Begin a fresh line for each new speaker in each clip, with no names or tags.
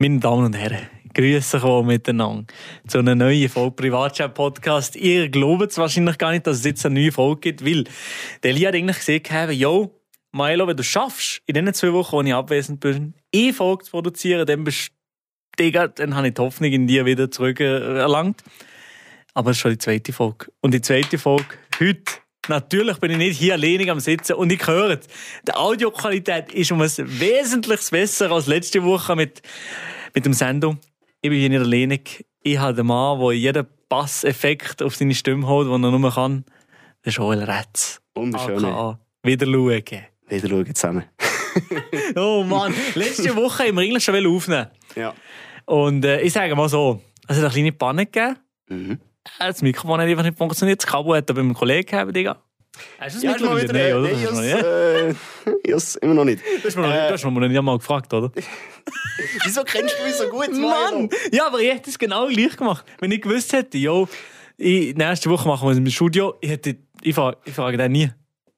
Meine Damen und Herren, grüße euch miteinander zu einer neuen Folge Privatchat Podcast. Ihr glaubt es wahrscheinlich gar nicht, dass es jetzt eine neue Folge gibt, weil der Lia hat eigentlich gesehen, gehabt, yo, Milo, wenn du schaffst, in den zwei Wochen, wo ich abwesend bin, eine Folge zu produzieren, dann bist du, Digga, dann habe ich die Hoffnung in dir wieder zurück äh, erlangt. Aber es ist schon die zweite Folge. Und die zweite Folge heute. Natürlich bin ich nicht hier alleinig am Sitzen und ich höre es. Die Audioqualität ist um ein wesentliches besser als letzte Woche mit, mit dem Sendung. Ich bin hier nicht alleinig. Ich habe den Mann, der jeden Basseffekt auf seine Stimme holt, den er nur kann. Das ist Joel Retz.
Wunderschön.
AKA. Wieder schauen.
Wieder schauen zusammen.
Oh Mann, letzte Woche im Ringler schon aufnehmen.
Ja.
Und äh, ich sage mal so, es hat eine kleine Panne gegeben.
Mhm.
Äh, Das Mikrofon hat einfach nicht funktioniert. Das Kabel hat er beim Kollegen gehabt, Digga. Hast du das
Ja,
mittlerweile? Nein, oder?
nee, ich
Das ist noch nicht.
hab's, äh, ich hab's immer noch nicht.
Das ist mir noch nicht- das ist mir noch nicht einmal gefragt, oder?
Wieso kennst du mich so gut,
Mann! Ja, aber ich hätte es genau gleich gemacht. Wenn ich gewusst hätte, yo, ich, nächste Woche machen wir es im Studio, ich, hätte, ich, frage, ich frage den nie.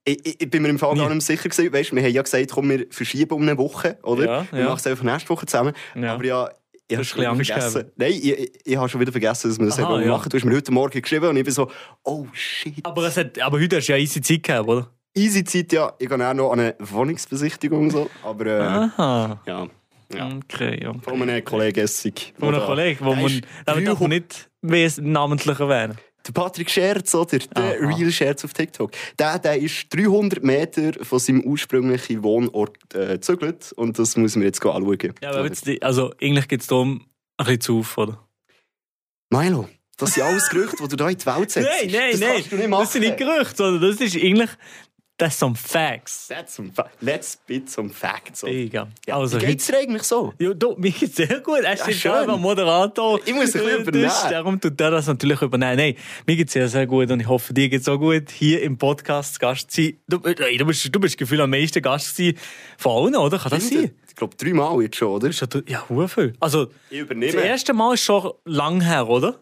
Ich, ich, ich bin mir im Fall
Nie.
gar nicht mehr sicher gewesen. Weißt, wir haben ja gesagt, komm, wir verschieben um eine Woche, oder?
Ja,
wir
ja.
machen es einfach nächste Woche zusammen.
Ja.
Aber ja,
Du
ich habe
hast ein bisschen Angst
vergessen. Nein, ich, ich, ich habe schon wieder vergessen, dass wir das
Aha,
Aha,
ja.
machen. Du hast mir heute Morgen geschrieben und ich bin so, oh shit.
Aber, es hat, aber heute hast du ja easy Zeit gehabt, oder?
Easy Zeit, ja. Ich gehe auch noch an eine Wohnungsbesichtigung. So. Aber äh,
Aha.
ja. ja.
Okay, ja.
Von einem Kollegen Essig.
Von einem Kollegen, wo
Der
man,
ist
den darf man nicht wes- namentlich erwähnen.
Der Patrick Scherz, oder? Der
Aha.
Real Scherz auf TikTok. Der, der ist 300 Meter von seinem ursprünglichen Wohnort äh, gezügelt. Und das müssen wir jetzt go anschauen.
Ja, aber jetzt, die- also eigentlich geht es darum, ein bisschen zu auf, oder?
Milo, das sind alles Gerüchte, die du da in die Welt setzt.
Nein, nein,
das
nein.
Kannst du nicht machen.
Das sind nicht Gerüchte, sondern das ist eigentlich. Das sind Facts.
That's some fa- Let's bit some facts. So.
Digga.
Ja,
Also,
wie
heute.
geht's dir eigentlich so?
Ja, du, mir geht's sehr gut. Er steht
schön.
selber am Moderator.
Ich muss ein bisschen
Äh,
übernehmen.
das- Darum tut er das natürlich übernehmen. Nein, mir geht's sehr, sehr gut und ich hoffe, dir geht's auch gut, hier im Podcast zu Gast zu sein. Du, äh, du bist, du bist gefühlt am meisten Gast gewesen von allen, oder? Kann das sein?
Ich glaube, dreimal jetzt schon, oder?
Das ist ja, ja hure viel. Also, das
Ich übernehme.
erste Mal ist schon lang her, oder?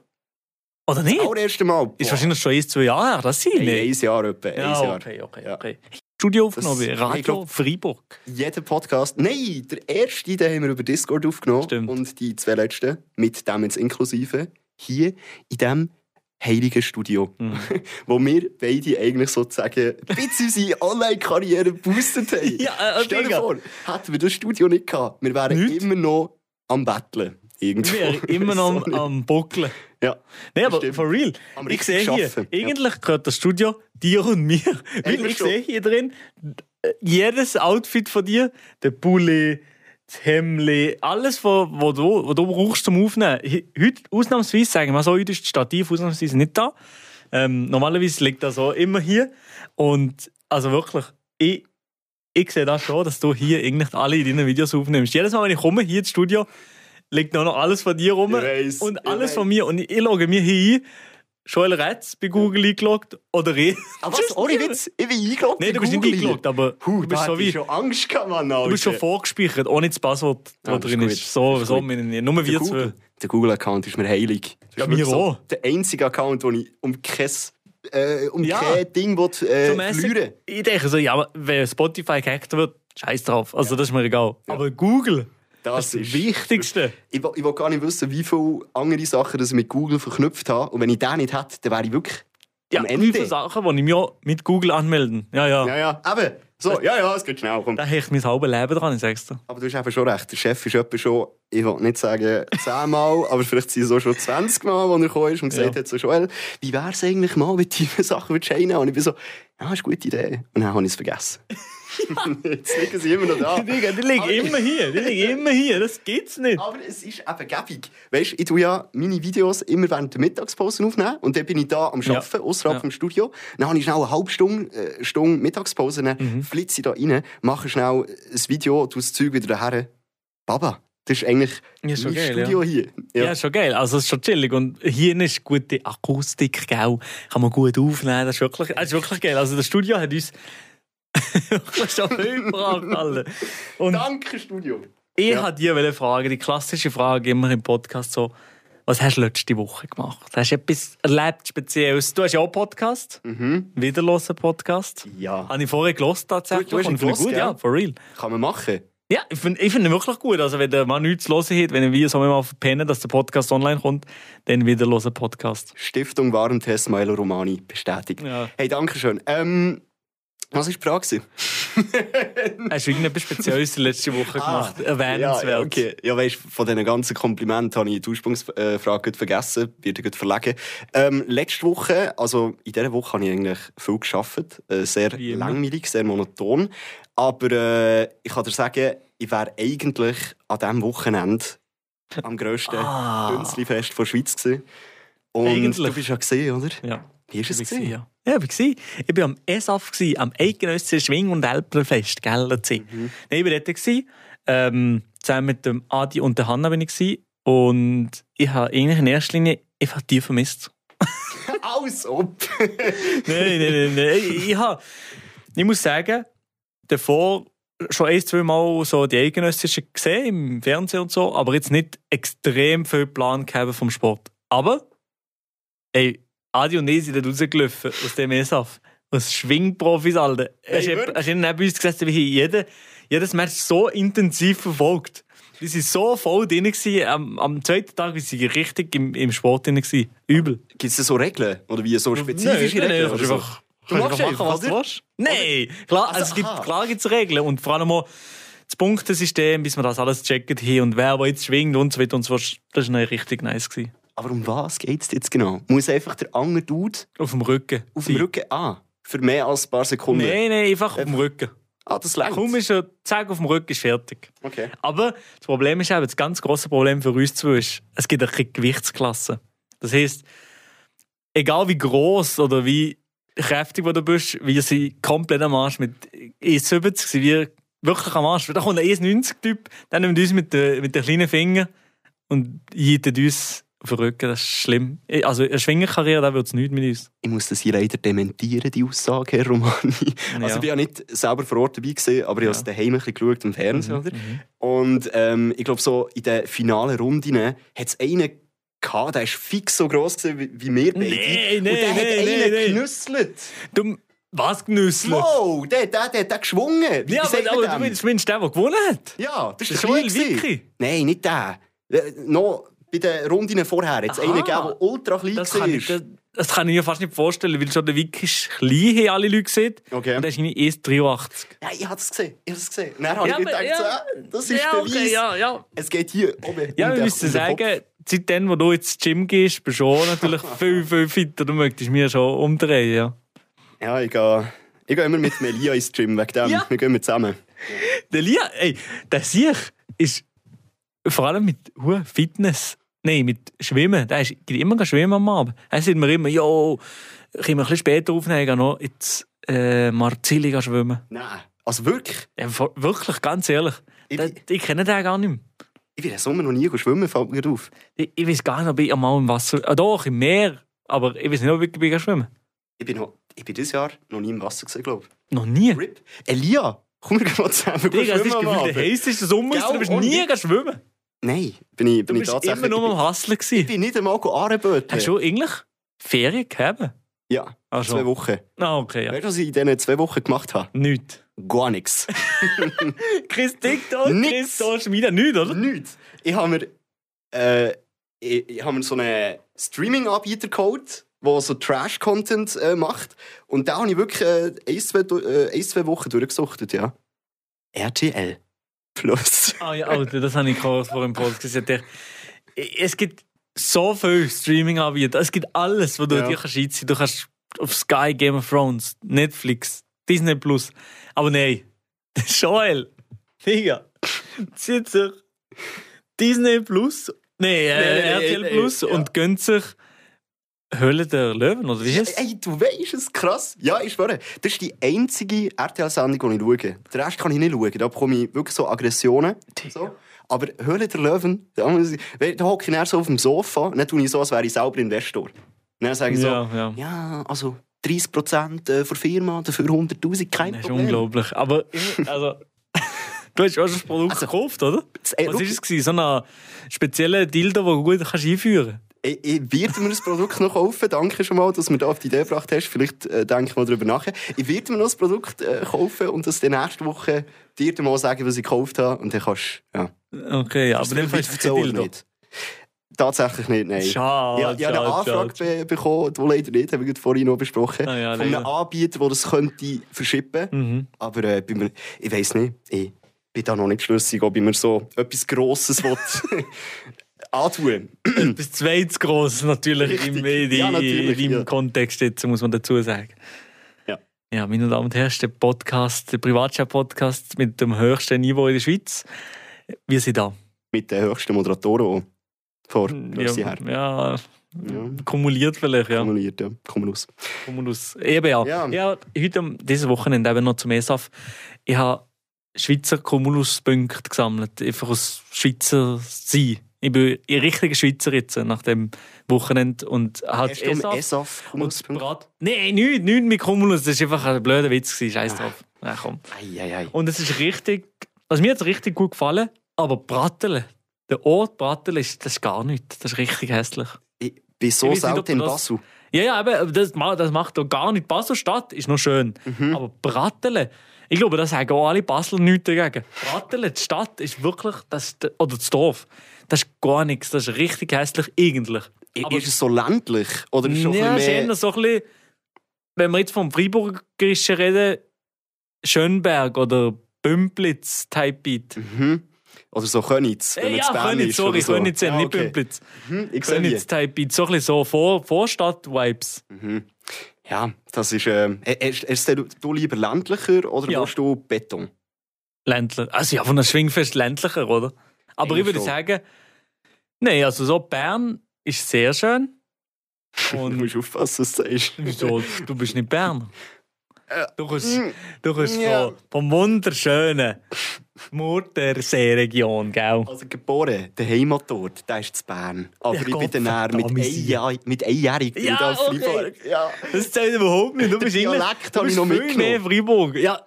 Oder nicht?
Das allererste Mal. Boah.
Ist wahrscheinlich schon ein, zwei Jahre her, das sein?
Hey,
nicht?
ein Jahr etwa. ein
Ja,
Jahr.
okay, okay,
Ja.
okay. Studio
Das-
aufgenommen, Radio
ich glaub-
Freiburg.
Jeder Podcast. Nein, der erste, den haben wir über Discord aufgenommen.
Stimmt.
Und die zwei letzten, mit dem jetzt inklusive, hier in diesem heiligen Studio,
Mhm.
wo wir beide eigentlich sozusagen ein bisschen unsere Online-Karriere boostet haben.
Ja, äh,
Stell dir
mega.
vor, hätten wir das Studio nicht gehabt, wir wären
Nicht?
immer noch am Betteln. Irgendwo.
Wir wären immer noch
Sorry.
am, am Buckeln.
Ja.
Nein, aber
Stimmt.
for real.
Am
Ich
richtig
sehe hier,
arbeiten. Ja.
eigentlich gehört das Studio dir und mir. Weil
Eigentlich
ich
schon.
sehe hier drin äh, jedes Outfit von dir, der Pulli, das Hemdli, alles, was wo, du, wo du brauchst zum Aufnehmen. Hi- Heute, ausnahmsweise, sagen wir mal so, heute ist das Stativ ausnahmsweise nicht da. Ähm, normalerweise liegt das auch immer hier. Und also wirklich, ich, ich sehe das schon, dass du hier eigentlich alle in deinen Videos aufnimmst. Jedes Mal, wenn ich komme, hier ins Studio, liegt noch noch alles von dir rum.
Ich weiss,
und
ich
alles
weiss.
von mir. Und ich, ich logge mir hier ein, Joel Retz bei Google eingeloggt oder ich.
Aber Ah, was? Ohne Witz, ich bin eingeloggt.
Nein,
in
du bist nicht
Google.
eingeloggt, aber
Huh,
du bist
da
so
hätte
wie.
ich schon Angst gehabt, Mann.
Du bist schon vorgespeichert, ohne das Passwort, das
Ah, das
drin
ist
ist.
gut.
So,
Das ist
so
gut.
meine ich. Nur wir
Der
zwei.
Google- Der Google-Account ist mir heilig. Das
Ja,
ist wirklich
mir
so
auch.
Der einzige Account, wo ich um kein, äh, um
Ja.
kein Ding will,
So
äh,
mässig-
verlieren
Ich denke so, ja, aber wenn Spotify gehackt wird, scheiß drauf. Also, das ist mir egal. Aber Google, das, ist das Wichtigste.
Ich, will- ich will gar nicht wissen, wie viele andere Sachen das ich mit Google verknüpft habe. Und wenn ich den nicht hätte, dann wäre ich wirklich
Ja,
am
wie viele
Ende.
Sachen, die ich mir auch mit Google anmelden. Ja, ja.
Ja, ja, eben. So, ja, ja, es geht schnell. Komm.
Da hängt mein halbes Leben dran, ich sag's dir.
Aber du hast eben schon recht. Der Chef ist etwa schon, ich will nicht sagen 10 Mal, aber vielleicht sind es auch schon 20 Mal, als er gekommen ist und gesagt
Ja.
hat, so Joel, wie wäre es eigentlich mal, wenn du diese Sachen würdest reinnehmen? Und ich bin so, ja, ist eine gute Idee. Und dann habe ich es vergessen. Jetzt liegen sie immer noch da.
Digga, die liegen
Aber-
immer hier, die liegen immer hier, das gibt's nicht.
Aber es ist eben gäbig. Weißt du, ich tue ja meine Videos immer während der Mittagspause aufnehmen. Und dann bin ich da am Arbeiten, außerhalb
Ja.
vom Studio. Dann habe ich schnell eine halbe Stunde, äh, Stunde Mittagspause, dann
Mhm.
flitze ich da rein, mache schnell äh, ein Video, tue das Zeug wieder daher. Baba, das ist eigentlich
Ja, ist schon
mein
geil,
Studio hier.
Ja.
Ja.
ist schon geil. Also, es ist schon chillig. Und hier ist gute Akustik, gell? Kann man gut aufnehmen. Das ist wirklich, das ist wirklich geil. Also, das Studio hat uns wirklich schon viel gebracht, Alter. Und
Danke, Studio.
ich
Ja.
wollte dir eine Frage, die klassische Frage immer im Podcast so. Was hast du letzte Woche gemacht? Hast du etwas erlebt Spezielles? Du hast ja auch einen Podcast.
Mhm.
Wiederlosen Podcast.
Ja.
Habe ich vorher gelost tatsächlich.
Du- du hast ihn
Und finde ich
gelost,
gut,
gell?
ja, for real.
Kann man machen.
Ja, ich finde ich find ihn wirklich gut. Also, wenn der Mann nichts zu hören hat, wenn wir so mal verpennen, dass der Podcast online kommt, dann wieder hören Podcast.
Stiftung Warentest Milo Romani bestätigt.
Ja.
Hey, danke schön. Ähm, was war die Frage? gewesen?
Hast du irgendetwas Spezielles letzte Woche gemacht? Erwähnenswert.
Ah. Ja, ja, okay. ja weißt, von diesen ganzen Komplimenten habe ich die Ursprungsfrage gerade vergessen, wird gut verlegen. Ähm, letzte Woche, also in dieser Woche habe ich eigentlich viel geschafft, äh, sehr
Wie immer.
langweilig, sehr monoton. Aber äh, ich kann dir sagen, ich wäre eigentlich an diesem Wochenende am grössten
Ah.
Bünzlifest von der Schweiz gewesen. Und
Eigentlich.
du bist ja gesehen, oder?
Ja.
Wie ist es
Ich war,
gesehen?
ja. ja, ich war. Ich war am E ESAF, gewesen, am Eidgenössischen Schwing- und Elbernfest, gell? Mhm. Nein, ich war dort. gewesen. Ähm, zusammen mit dem Adi und der Hanna war ich. gewesen. Und ich habe eigentlich in erster Linie einfach die vermisst.
Aus, ob.
Nein, nein, nein, nein. Ich, ich, hab, ich muss sagen, davor schon ein, zwei Mal so die Eidgenössischen gesehen, im Fernsehen und so, aber jetzt nicht extrem viel Plan gehabt vom Sport. Aber, ey, Adi und ich sind dort rausgelaufen aus dem E ESAF. Aus Schwingprofis, Alter. Hast du-
wirklich?
hast du ihnen neben uns gesessen, wie ich jeder, jedes Match so intensiv verfolgt. Die waren so voll drin. Gewesen. Am, am zweiten Tag waren sie richtig im, im Sport drin. Gewesen. Übel.
Gibt es da so Regeln? Oder wie so spezifische
Nein, nein,
Regeln?
kannst
oder so?
einfach-
Du
kannst
machst
einfach
einfach,
machen, was
oder?
du willst. Nein, klar, also,
Also,
es gibt,
aha.
klar gibt's Regeln und vor allem auch das Punktesystem, bis man das alles checkt hier und wer wo jetzt schwingt und so weiter und so fort. Das war richtig nice. Gewesen.
Aber um was geht es jetzt genau? Muss einfach der andere Dude
Auf dem Rücken.
auf dem Rücken an? Für mehr als ein paar Sekunden?
Nein, nein, einfach auf dem Rücken.
Ah, das langt.
Komm, ist schon, zeig auf dem Rücken, ist fertig.
Okay.
Aber das Problem ist eben, das ganz grosse Problem für uns zwei ist, es gibt eine Gewichtsklasse. Das heisst, egal wie gross oder wie kräftig du bist, wir sind komplett am Arsch. Mit E70 sind wir wirklich am Arsch. Da kommt ein E90-Typ, der nimmt uns mit den, mit den kleinen Fingern und jietet uns auf den Rücken. Das ist schlimm. Also eine Schwingerkarriere, da wird es nichts mit uns.
Ich muss das hier leider dementieren, die Aussage, Herr Romani. Also, ich war ja nicht selber vor Ort dabei, gewesen, aber ich habe es daheim ein bisschen geschaut, im
Mhm.
Fernsehen. Oder? Und ähm, ich glaube, so in den finalen Runden hat es einen gehabt, der war fix so gross gewesen wie, wie wir beide.
Nee,
Und
nee,
der
nee,
hat einen
nee, nee.
genüsselt.
Du, was genüsselt?
Wow, der, der, der, der hat geschwungen. Wie
Ja,
sagt
aber,
man
aber
dem?
du bist zumindest der, der gewonnen hat.
Ja, das
Der
ist der Kleine
Joel
gewesen.
Wicki?
Nein, nicht der. Äh, noch bei den Runden vorher hat es
Aha.
einen gegeben, der ultra klein
Das kann, ich,
war.
das, das kann ich mir fast nicht vorstellen, weil schon der Wick ist klein, haben alle Leute gesehen.
Okay.
Und der ist irgendwie erst 83.
Ja, ich habe es gesehen. Ich habe es gesehen. Und dann habe
Ja,
ich mir
aber-
gedacht, so,
ja.
ah, das ist
ja,
Beweis.
okay, ja, ja.
Es geht hier oben. um
Ja, wir
den-
müssen
um den Kopf.
sagen, seitdem, wo du ins Gym gehst, bist du auch natürlich viel, viel fitter. Du möchtest mir schon umdrehen, ja.
Ja, ich gehe, ich gehe immer mit Melia ins Gym wegen dem.
Ja.
Wir gehen mit zusammen.
Der Lia, ey, der Sieg ist vor allem mit hu Fitness. Nein, mit Schwimmen. Der ist, geht immer gehen schwimmen am Abend. Er sagt mir immer, jo, ich kann ein bisschen später aufnehmen, ich gehe noch ins äh, Marzilli gehen schwimmen.
Nein. Also wirklich,
Ja, vor- wirklich, ganz ehrlich.
Ich-
Da- Ich, kenne den gar nicht mehr.
ich bin im Sommer noch nie schwimmen, fällt mir auf.
Ich, ich weiß gar nicht, ob ich einmal im Wasser. Ah, doch, im Meer. Aber ich weiß nicht, ob ich, ich schwimmen
Ich bin, noch, ich bin dieses Jahr noch nie im Wasser, glaube ich.
Noch nie.
Rip. Elia, komm, wir gehen mal zusammen
Digga, es ist
am
gefühlt
Abend.
der heißeste Sommer. ist,
Gell,
Du bist
ohne
nie
Witz.
gegangen schwimmen.
Nein, bin ich, bin
Du
ich
bist
tatsächlich.
immer nur am Hustlen.
ich
gewesen.
bin nicht einmal anböten.
Hast du eigentlich Ferien gehabt?
Ja,
Ah,
zwei
schon.
Wochen.
Ah, okay, ja.
Weißt du, was ich in diesen zwei Wochen gemacht habe?
Nichts.
Gar nichts.
Chris TikTok, Chris
Nix.
Social Media, nichts, oder?
nichts. Ich habe mir, äh, ich, ich habe mir so einen Streaming-Anbieter geholt, der so Trash-Content äh, macht. Und da habe ich wirklich äh, ein, zwei, du- äh, ein, zwei Wochen durchgesuchtet, ja. RTL Plus.
Ah ja, Alter, das habe ich kurz vor dem Podcast gesagt. Ich- Es gibt so viel Streaming-Anbieter. Es gibt alles, was du
Ja.
dir kannst einziehen. Du kannst auf Sky, Game of Thrones, Netflix, Disney Plus. Aber nein, der Joel, Digga, zieht sich Disney Plus, nein,
Nee,
äh,
nee, nee,
RTL
nee,
Plus
ja.
und gönnt sich Höhle der Löwen, oder wie heißt
Ey, du weißt es, krass. Ja, ich schwöre. Das ist die einzige RTL-Sendung, die ich schaue. Den Rest kann ich nicht schauen. Da bekomme ich wirklich so Aggressionen. So. Aber Höhle der Löwen, da, muss ich- weil- da hocke ich dann so auf dem Sofa und dann tue ich so, als wäre ich selber Investor. Und dann sage ich so,
Ja, ja.
ja, also 30 Prozent für Firma, dafür 100'000, kein
Das ist
Problem.
unglaublich. Aber ich- also, du hast auch schon das Produkt gekauft, oder?
Also, Das- äh, ey,
Was
schau,
war es? gewesen? So ein spezieller Dildo, den du gut kannst einführen
Ich, ich werde mir das Produkt noch kaufen. Danke schon mal, dass du mir da auf die Idee gebracht hast. Vielleicht äh, denke ich mal darüber nach. Ich werde mir noch das Produkt äh, kaufen und das dann nächste Woche dir dann mal sagen, was ich gekauft habe. Und dann kannst du. Ja.
Okay, ja, aber dann
Vielleicht
findest
weiss
du
ich es
kein
auch
Dildo.
nicht. Tatsächlich nicht, nein.
Schade,
Ja, ich habe eine
schade,
Anfrage
schade.
be- bekommen, die leider nicht, haben wir gerade vorhin noch besprochen,
Ah ja,
von einem
leider.
Anbieter, der das könnte verschippen könnte.
Mhm.
Aber äh, bei mir, ich weiß nicht, ich bin da noch nicht schlüssig, ob ich mir so etwas Grosses will antun
Bis zweites gross natürlich im, in,
Ja,
in
natürlich,
deinem
ja.
Kontext jetzt, muss man dazu sagen.
Ja.
Ja, meine Damen und Herren, der Podcast, der Privatschau-Podcast mit dem höchsten Niveau in der Schweiz. Wir sind da.
mit den höchsten Moderatoren die vor Grösse
Hm, ja,
her.
ja,
Ja.
kumuliert vielleicht, ja.
Formuliert, ja. Komm raus.
Cumulus. Eben ja.
Ja.
ja heute, am- dieses Wochenende eben noch zum E ESAF. Ich habe Schweizer Cumulus-Punkte gesammelt. Einfach aus Schweizer Sein. Ich bin ein richtiger Schweizer jetzt nach dem Wochenende und halt
Hast du um E im
ESAF.
ESAF
Und
Kumuluspunkt?
Brat. Nein, nichts, nichts mit Cumulus. Das war einfach ein blöder Witz. gewesen.
Ah.
Scheiß drauf. Ja, komm.
Eieiei.
Und es ist richtig. Also mir hat es richtig gut gefallen, aber Bratteln. Der Ort Bratteln ist, das ist gar nichts. Das ist richtig hässlich.
Ich bin
Ich
so
weiss nicht, ob
selten in
das-
Basel.
Ja, ja, eben, das, ma- das macht doch gar nicht. Baselstadt ist noch schön.
Mhm.
Aber Bratteln, ich glaube, das sagen auch alle Basel nichts dagegen. Bratteln, die Stadt ist wirklich, das, oder das Dorf, das ist gar nichts. Das ist richtig hässlich, eigentlich. Aber-
Ist es so ländlich? Oder ist es schon
ja,
ein
ist
bisschen
eher
mehr...
so ein bisschen, wenn wir jetzt vom Freiburgerischen reden, Schönberg oder Bümplitz, Typebeat.
Mhm. Oder so Könitz, wenn
Äh,
man
ja,
zu Bern
Könitz,
ist
sorry,
oder so.
Könitz, ja,
Ah,
nicht
okay.
Bümplitz.
Mhm, Ich sehe
Könitz, Typebeat, so ein bisschen so Vor Vorstadt-Vibes.
Mhm. Ja, das ist. Ähm, äh, hast- hast du- du lieber ländlicher oder
Ja.
willst du Beton?
Ländler. Also ja, von einem Schwingfest ländlicher, oder? Aber ich
Eigentlich
würde
schon.
sagen, nein, also so Bern ist sehr schön.
Du
Und
musst aufpassen, was du sagst.
wieso? Du bist nicht Bern.
Äh,
Du kannst, du kannst
ja.
von, vom wunderschönen Murtersee-Region, gell?
Also geboren, der Heimatort, der ist zu Bern. Aber
Ja,
ich bin
Gott,
dann eher mit,
verdammt,
ein
sie.
Jahr, mit einjährig bin
Ja,
ich da in
okay.
Freiburg. Ja.
Das zählt überhaupt nicht. Du bist
Der
eigentlich
Dialekt
du
habe
bist
ich noch
viel mehr
mitgenommen.
Freiburg. Ja,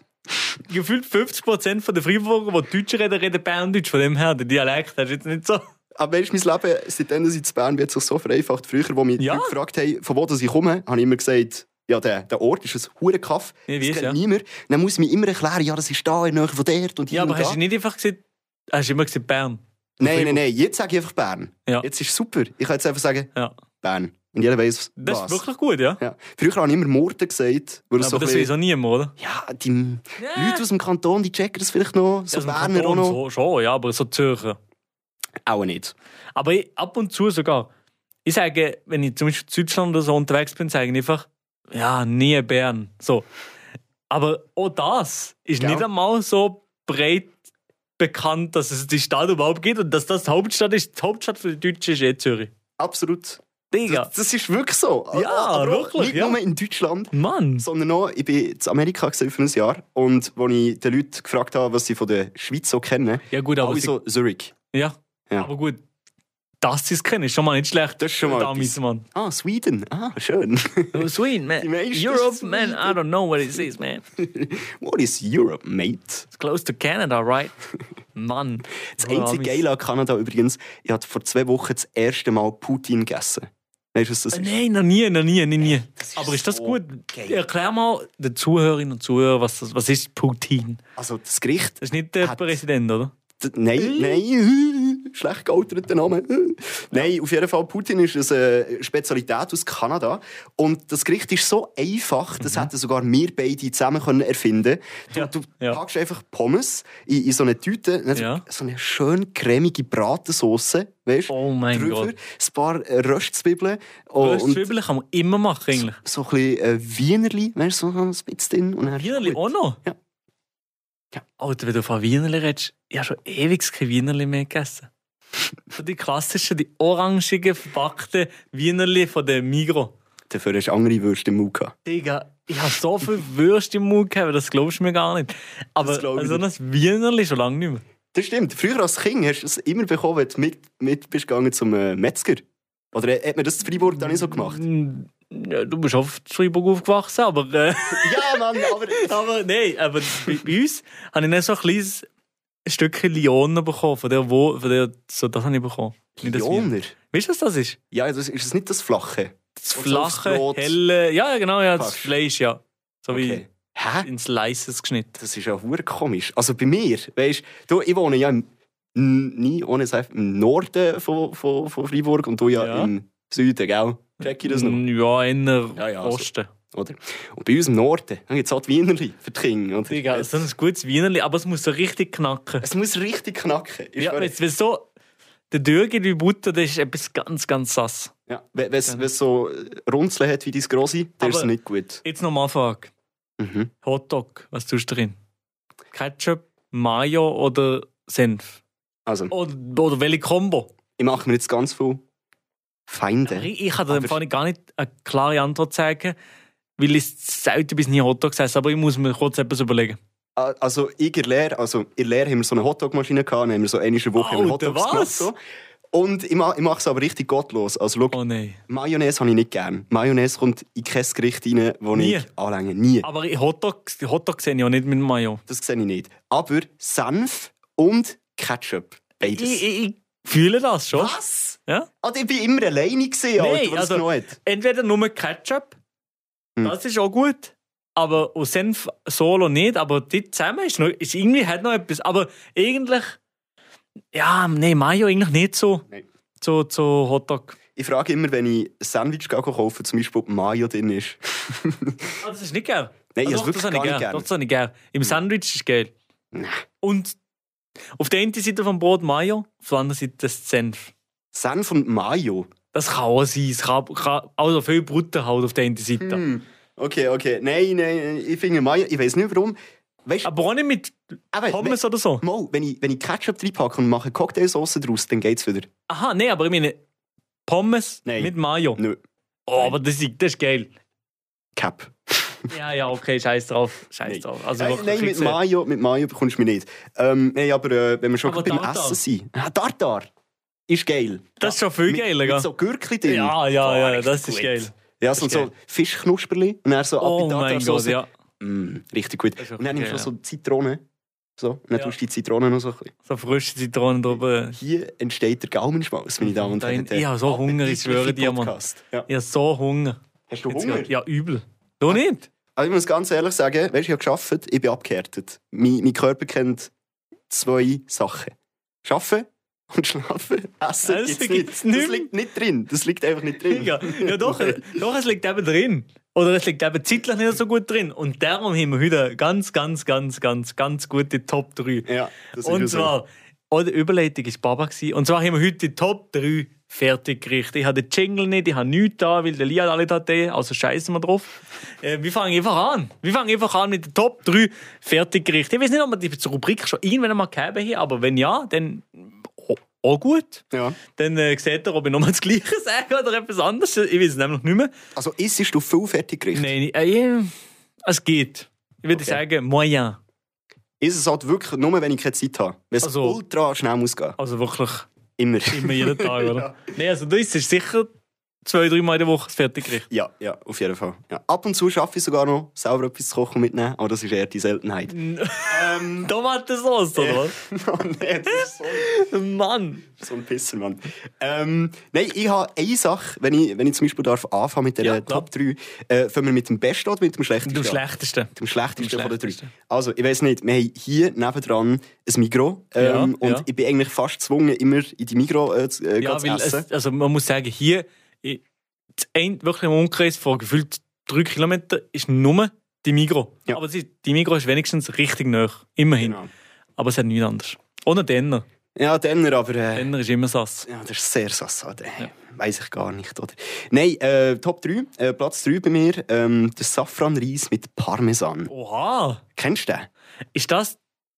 gefühlt 50% von der Freiburger, die Deutsch reden, reden Berndeutsch. Von dem her, der Dialekt, das ist jetzt nicht so...
Aber weißt, du, mein Leben, seitdem dass ich zu Bern bin, hat sich so vereinfacht. Früher, wo mich
Ja.
Leute gefragt haben, von wo das ich komme, habe ich immer gesagt, ja, der, der Ort ist ein Hurenkaff.
Ich
Das
weiß,
kennt
ja.
niemand. Dann muss ich mir immer erklären, ja, das ist da, in der Nähe von dort und hier
Ja,
und
aber
da.
hast du nicht einfach gesagt... Hast du immer gesagt Bern?
Nein,
Freiburg.
nein, nein. Jetzt sage ich einfach Bern.
Ja.
Jetzt ist super. Ich kann jetzt einfach sagen,
Ja.
Bern. Und jeder weiß,
Das
was.
ist wirklich gut, ja.
ja. Früher habe ich immer Murten gesagt. Weil
Aber
es so
das
ein
weiß
bisschen,
auch niemand, oder?
ja, die
Ja.
Leute aus dem Kanton, die checken das vielleicht noch. So
Also im
Berner auch
Kanton
noch.
so, schon, ja, aber so Zürcher.
Auch nicht.
Aber ich, ab und zu sogar. Ich sage, wenn ich zum Beispiel in Deutschland oder so unterwegs bin, sage ich einfach, ja, nie Bern. So. Aber auch das ist
Ja.
nicht einmal so breit bekannt, dass es die Stadt überhaupt gibt und dass das die Hauptstadt ist. Die Hauptstadt für die Deutschen ist eh Zürich.
Absolut.
Digga,
Das, das ist wirklich so. Ah,
Ja,
auch
wirklich,
Nicht
ja.
nur in Deutschland.
Mann.
Sondern noch, ich bin zu Amerika gewesen für ein Jahr und als ich den Leuten gefragt habe, was sie von der Schweiz so kennen,
Ja, gut, aber,
alle so Zurich.
sie, ja.
Ja.
aber gut, dass sie es kennen, ist schon mal nicht schlecht.
Das ist schon mal
Damis,
etwas.
Mann.
Ah, Sweden. Ah, schön.
Oh, Sweden, man.
Die meisten
Europe,
Sweden.
man, I don't know what it is, man.
What is Europe, mate?
It's close to Canada, right? Mann.
Das einzige Geile an Kanada übrigens, ich habe vor zwei Wochen das erste Mal Putin gegessen. Weißt du, was das
Äh,
ist?
Nein, noch nie, noch nie, nie, nie.
ist
Aber ist das
so
gut?
geil.
Erklär mal den Zuhörerinnen und Zuhörern, was, das, was ist Putin?
Also das Gericht.
Das ist nicht der
Hat-
Präsident, oder?
d-
Äh?
Nein, nein, schlecht gealterter Name. Nein, auf jeden Fall, Putin ist eine Spezialität aus Kanada. Und das Gericht ist so einfach, das hätten sogar wir beide zusammen können erfinden
Mhm. Ja,
können. Du, du
ja.
packst einfach Pommes in, in so eine Tüte, dann
Ja.
so eine schön cremige Bratensauce, weißt du,
Oh mein
drüber,
Gott.
ein paar äh, Röstzwiebeln. Oh,
Das
und-
Zwiebeln kann man immer machen, eigentlich.
so ein bisschen äh, Wienerli, weißt du, so ein bisschen drin. Und dann,
Wienerli oh.
Gut.
auch noch?
Ja. Ja.
Alter, wenn du von Wienerli redest, ich habe schon ewig kein Wienerli mehr gegessen. So die klassischen, die orangigen, verpackten Wienerli von der Migros.
Dafür hast du andere Würste im Mund gehabt.
Digga, ich habe so viel Würste im Mund gehabt, das glaubst du mir gar nicht. Aber
Das glaub ich
so ein Wienerli schon lange nicht mehr.
Das stimmt. Früher als Kind hast du es immer bekommen, wenn du mit, mit bist gegangen zum äh, Metzger. Oder äh, hat man das in Freiburg dann nicht so gemacht?
Mm, Ja, du bist auf Freiburg aufgewachsen, aber, äh,
ja, Mann, aber...
aber nein, aber bei bei uns habe ich dann so ein kleines ein Stückchen Lioner bekommen. Von der, wo, von der, so, das habe ich bekommen. Nicht das Wein.
Pioner?
Weißt du, was das ist?
Ja, das ist das nicht das Flache?
Das
Und so aufs
flache,
Brot.
helle. Ja, ja, genau, ja, das
Packst.
Fleisch, ja. So
Okay.
wie
Hä?
in Slices geschnitten.
Das ist ja hure komisch. Also bei mir, weißt du, ich wohne ja im, n- nie ohne es einfach im Norden von, von, von Freiburg und du ja,
Ja. Mhm.
im Süden, gell? Check ich das noch?
Ja, eher
Ja, also ja, so.
Osten.
Oder? Und bei uns im Norden, dann gibt es auch die Wienerli für die Kinder. oder?
Digga,
Es,
so ein gutes Wienerli, aber es muss so richtig knacken.
es muss richtig knacken. Ich
Ja,
schwöre.
wenn es wenn es so der Dürger wie Butter, das ist etwas ganz, ganz sass.
Ja, wenn es so äh, Runzeln hat wie dein Grossi, dann ist es
Aber-
nicht gut.
Jetzt nochmal Frage.
Mhm.
Hotdog, was tust du drin? Ketchup, Mayo oder Senf?
Also,
Oder, oder welche Combo?
ich mache mir jetzt ganz viel Feinde.
Ich, ich kann dir
Aber-
im Fall gar nicht eine klare Antwort sagen, weil ich selten bis nie Hotdogs esse, aber ich muss mir kurz etwas überlegen.
A- Also, ich in der Lehre, also in der Lehre haben wir so eine Hotdog-Maschine gehabt, dann haben wir so eine Woche haben wir
Alter,
Hotdogs gemacht.
was?
So. Und ich, ma- ich mache es aber richtig gottlos. Also, schau,
Oh nein.
Mayonnaise habe ich nicht gern. Mayonnaise kommt in kein Gericht rein, wo
Nie.
ich anlänge. Nie.
Aber ich- Hotdogs, Hotdogs sehe ich ja nicht mit Mayo.
Das sehe ich nicht. Aber Senf und Ketchup.
Ich,
Beides.
ich, ich fühle das schon.
Was?
Ja?
Also, ich war immer alleine, gewesen, Alter,
Nein,
was
also-
also, genommen hat.
Entweder nur Ketchup,
Hm.
das ist auch gut, aber und Senf solo nicht, aber die zusammen ist, noch, ist irgendwie hat noch etwas. Aber eigentlich, ja, nee, Mayo eigentlich nicht so.
Nein.
Zu, zu Hotdog.
Ich frage immer, wenn ich ein Sandwich gehe kaufe, zum Beispiel ob Mayo drin ist.
Ah, das ist nicht geil.
Nein,
Ah,
ich
doch,
habe wirklich
das
gar
habe ich gern.
nicht gerne.
Das habe ich gern. Im Sandwich ist geil.
Nein.
Und auf der einen Seite vom Brot Mayo, auf der anderen Seite das Senf.
Senf und Mayo.
Das kann auch sein. Es kann, kann also viel Butter halt auf der einen Seite.
Hm. Okay, okay. Nein, nein, ich finde Mayo, ich weiß nicht warum. Weißt du,
Aber auch nicht mit Pommes oder so.
Mal, wenn ich, wenn ich Ketchup reinpacke und mache Cocktailsauce draus, dann geht's wieder.
Aha, nee, aber ich meine Pommes
Nein.
mit Mayo.
Nö,
Oh, aber das ist, das ist geil.
Cap.
Ja, ja, okay, scheiß drauf. Scheiß
Nein.
drauf. Also,
Äh,
wirklich,
nein, mit
fix, äh,
Mayo, mit Mayo bekommst du mich nicht. Ähm, nein, aber äh, wenn wir schon
Aber
beim
Tartar.
Essen sind. Ah, Tartar ist geil.
Das ist schon viel
Mit-
geiler, gell?
Mit so Gürkli drin.
Ja, ja,
Boah,
ja,
richtig
das ist
gut.
geil.
Ja, so,
ist
so Fischknusperli und dann so ab
Oh
in die
mein Gott,
Tartarsauce.
ja.
Mm, richtig gut.
Das ist
Und dann nimmst du
wirklich
noch so Zitrone. So, und dann
Ja.
tust du die Zitrone noch so ein bisschen.
So frische Zitronen drüber.
Hier entsteht der Gaumenschmaus, meine Damen und
Dein-
Herren.
Mhm. Ich habe so Hunger, ich schwöre dir, Mann.
Podcast. Ja.
Ich habe so Hunger.
Hast du
Jetzt
Hunger?
grad- Ja, übel. Du nicht?
Also ich muss ganz ehrlich sagen, weißt, du, ich habe geschafft, ich bin abgehärtet. Mein, mein Körper kennt zwei Sachen. Schaffen und schlafen. Essen
Das
gibt's
gibt's
nicht.
nicht.
Das liegt nicht drin. Das liegt einfach nicht drin.
Ja, ja doch, äh, doch, es liegt eben drin. Oder es liegt eben zeitlich nicht so gut drin. Und darum haben wir heute eine ganz, ganz, ganz, ganz, ganz gute Top 3.
Ja, das ist
Und
so.
zwar, oder Überleitung ist Baba gewesen. Und zwar haben wir heute die Top 3 fertig gerichtet. Ich habe den Jingle nicht, ich habe nichts da, weil der Liad alle da hat, also scheißen wir drauf. Äh, wir fangen einfach an. Wir fangen einfach an mit den Top 3 fertig gerichtet. Ich weiß nicht, ob wir die Rubrik schon irgendwann mal gegeben haben, aber wenn ja, dann auch- auch gut.
Ja.
Dann äh, seht ihr, ob ich nochmal das Gleiche sage oder etwas anderes. Ich weiß es nämlich nicht mehr.
Also isst du viel fertig gerichtet?
Nein, äh, es geht. Ich würde
Okay.
sagen, moyen.
Ist es halt wirklich nur, wenn ich keine Zeit habe. Wenn es
Also-
ultra schnell muss gehen.
Also wirklich.
Immer.
Immer jeden Tag, oder? Nein, also das ist sicher zwei, drei Mal in der Woche das Fertiggericht.
Ja, ja, auf jeden Fall. Ja. Ab und zu schaffe ich sogar noch, selber etwas zu kochen und mitnehmen, aber das ist eher die Seltenheit. ähm,
Tomatensauce, oder was?
oh nee, das ist so,
Mann!
so ein Pisser, Mann. Ähm, nein, ich habe eine Sache, wenn ich, wenn ich zum Beispiel darf anfangen mit der
Ja,
äh,
klar.
Top 3, äh, fangen wir mit dem Besten oder mit dem Schlechtesten?
Du
an?
schlechtesten.
Mit dem Schlechtesten
Mit dem
von den drei.
Schlechtesten.
Also, ich weiß nicht, wir haben hier nebendran ein Migros ähm,
Ja,
und
ja.
ich bin eigentlich fast gezwungen, immer in die Migros äh, zu, äh,
Ja,
zu
weil
essen.
es, also man muss sagen, hier, ich, das ein, wirklich im Umkreis von gefühlt drei Kilometern ist nur die Migro.
Ja.
Aber sie, die Migro ist wenigstens richtig nah. Immerhin.
Genau.
Aber es hat nichts anderes. Ohne Denner.
Ja, Denner, aber... Äh,
Denner ist immer sass.
Ja, das ist sehr sassade. Weiß ich gar nicht, oder? Nein, äh, Top 3, äh, Platz 3 bei mir, ähm, der Safranreis mit Parmesan.
Oha!
Kennst du den?
Ist das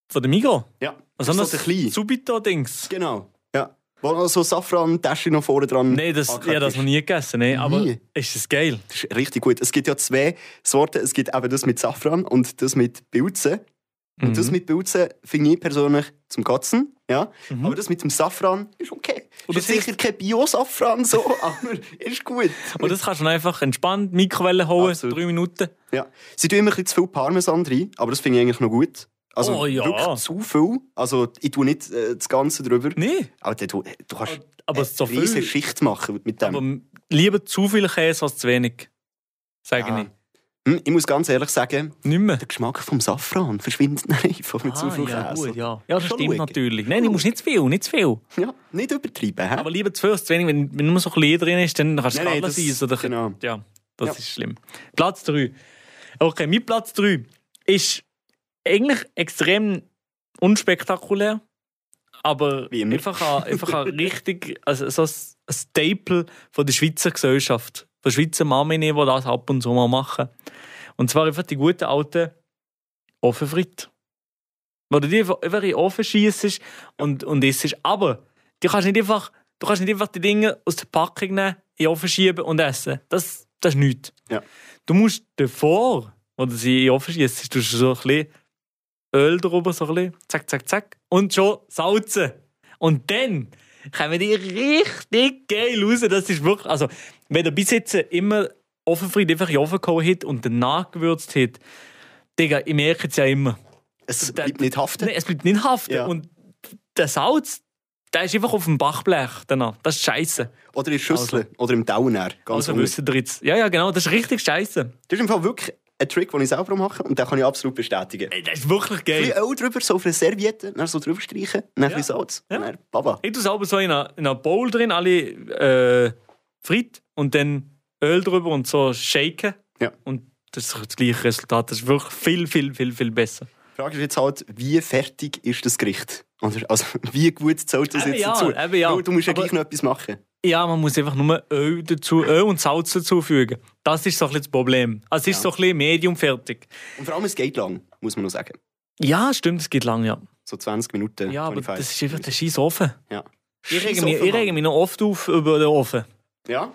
von der Migro?
Ja.
Was
Das
haben
ist
das?
so der kleine.
Subito-Dings?
Genau. Ja. Wo noch so Safran-Tasche noch vorne dran.
Nein, das,
angehängt
ja, das
ist.
noch nie gegessen. Nee, aber
Nie.
ist es geil?
Das ist richtig gut. Es gibt ja zwei Sorten. Es gibt eben das mit Safran und das mit Pilzen. Und das mit Pilzen finde ich persönlich zum Kotzen. Ja.
Mhm.
Aber das mit dem Safran ist okay.
Und
ist
das
sicher kein Bio-Safran so, aber ist gut.
Und das kannst du dann einfach entspannt Mikrowelle holen,
Absolut.
drei Minuten.
Ja. Sie tun immer ein bisschen zu viel Parmesan rein, aber das finde ich eigentlich noch gut. Also
Oh ja.
wirklich zu viel. Also ich tue nicht äh, das Ganze drüber.
Nee,
Aber du, du kannst
aber so
eine riesige
viel.
Schicht machen mit dem.
Aber lieber zu viel Käse als zu wenig. Sage
Ja.
ich.
Hm, Ich muss ganz ehrlich sagen,
Nicht mehr.
der Geschmack vom Safran verschwindet einfach mit zu viel
Ah, ja,
Käse.
gut, ja. ja, das
Schon
stimmt
schauen.
natürlich. Nein, du musst nicht zu viel, nicht zu viel.
Ja, nicht übertreiben. Hä?
Aber lieber zu viel als zu wenig. Wenn, wenn nur so ein bisschen drin ist, dann kannst du
Nein, nein,
alles
das-
essen. Oder
genau.
Ja, das
Ja.
ist schlimm. Platz 3. Okay, mein Platz 3 ist eigentlich extrem unspektakulär, aber
Wie immer.
einfach ein, einfach ein richtig also so ein ein Staple von der Schweizer Gesellschaft. Von Schweizer Mamine, die das ab und zu mal machen. Und zwar einfach die guten alten Ofenfritte. Wo du die einfach einfach in den Ofen schießt und, und isst. Aber du kannst, nicht einfach, du kannst nicht einfach die Dinge aus der Packung nehmen, in den Ofen schieben und essen. Das, das ist nichts.
Ja.
Du musst davor, wo E du sie in den Ofen schießt, du so ein bisschen Öl drüber, so ein bisschen, zack, zack, zack, und schon salzen. Und dann kommen die richtig geil raus. Das ist wirklich, also, wenn du bis jetzt immer Ofenfried einfach in den Ofen gehauen hat und dann nachgewürzt hat, Digga, ich merke es ja immer.
es
der-
bleibt nicht haften.
Nein, es bleibt nicht haften.
Ja.
Und der Salz, der ist einfach auf dem Bachblech danach. Das ist scheiße.
Oder in Schüsseln. Oder im Downer. Ganz
Also
also,
wissen ihr jetzt. Ja, ja, genau, das ist richtig scheiße.
Das ist im Fall wirklich ein Trick, den ich selber mache und den kann ich absolut bestätigen.
Ey, das ist wirklich
Ein
geil.
bisschen Öl drüber, so auf eine Serviette, dann so drüber streichen, dann ein
Ja.
bisschen Salz,
Ja.
dann Baba.
Ich tue selber so in einer, in einer Bowl drin, alle äh, Frit und dann Öl drüber und so shaken.
Ja.
Und das ist das gleiche Resultat. Das ist wirklich viel, viel, viel, viel besser.
Die Frage ist jetzt halt, wie fertig ist das Gericht? Oder, also, wie gut zählt das
Eben
jetzt
ja,
dazu?
eben ja.
Weil Du musst ja
Aber-
gleich noch etwas machen.
Ja, man muss einfach nur Öl dazu, Öl und Salz dazufügen. Das ist so ein bisschen das Problem. Also es ist
Ja.
so ein bisschen medium fertig.
Und vor allem, es geht lang, muss man noch sagen.
Ja, stimmt, es geht lang, ja.
So 20 Minuten.
Ja, aber
25.
das ist einfach der scheiß Ofen.
Ja.
Ich rege,
Scheiss
mich,
offen,
ich rege
Mann.
mich noch oft auf über den Ofen.
Ja,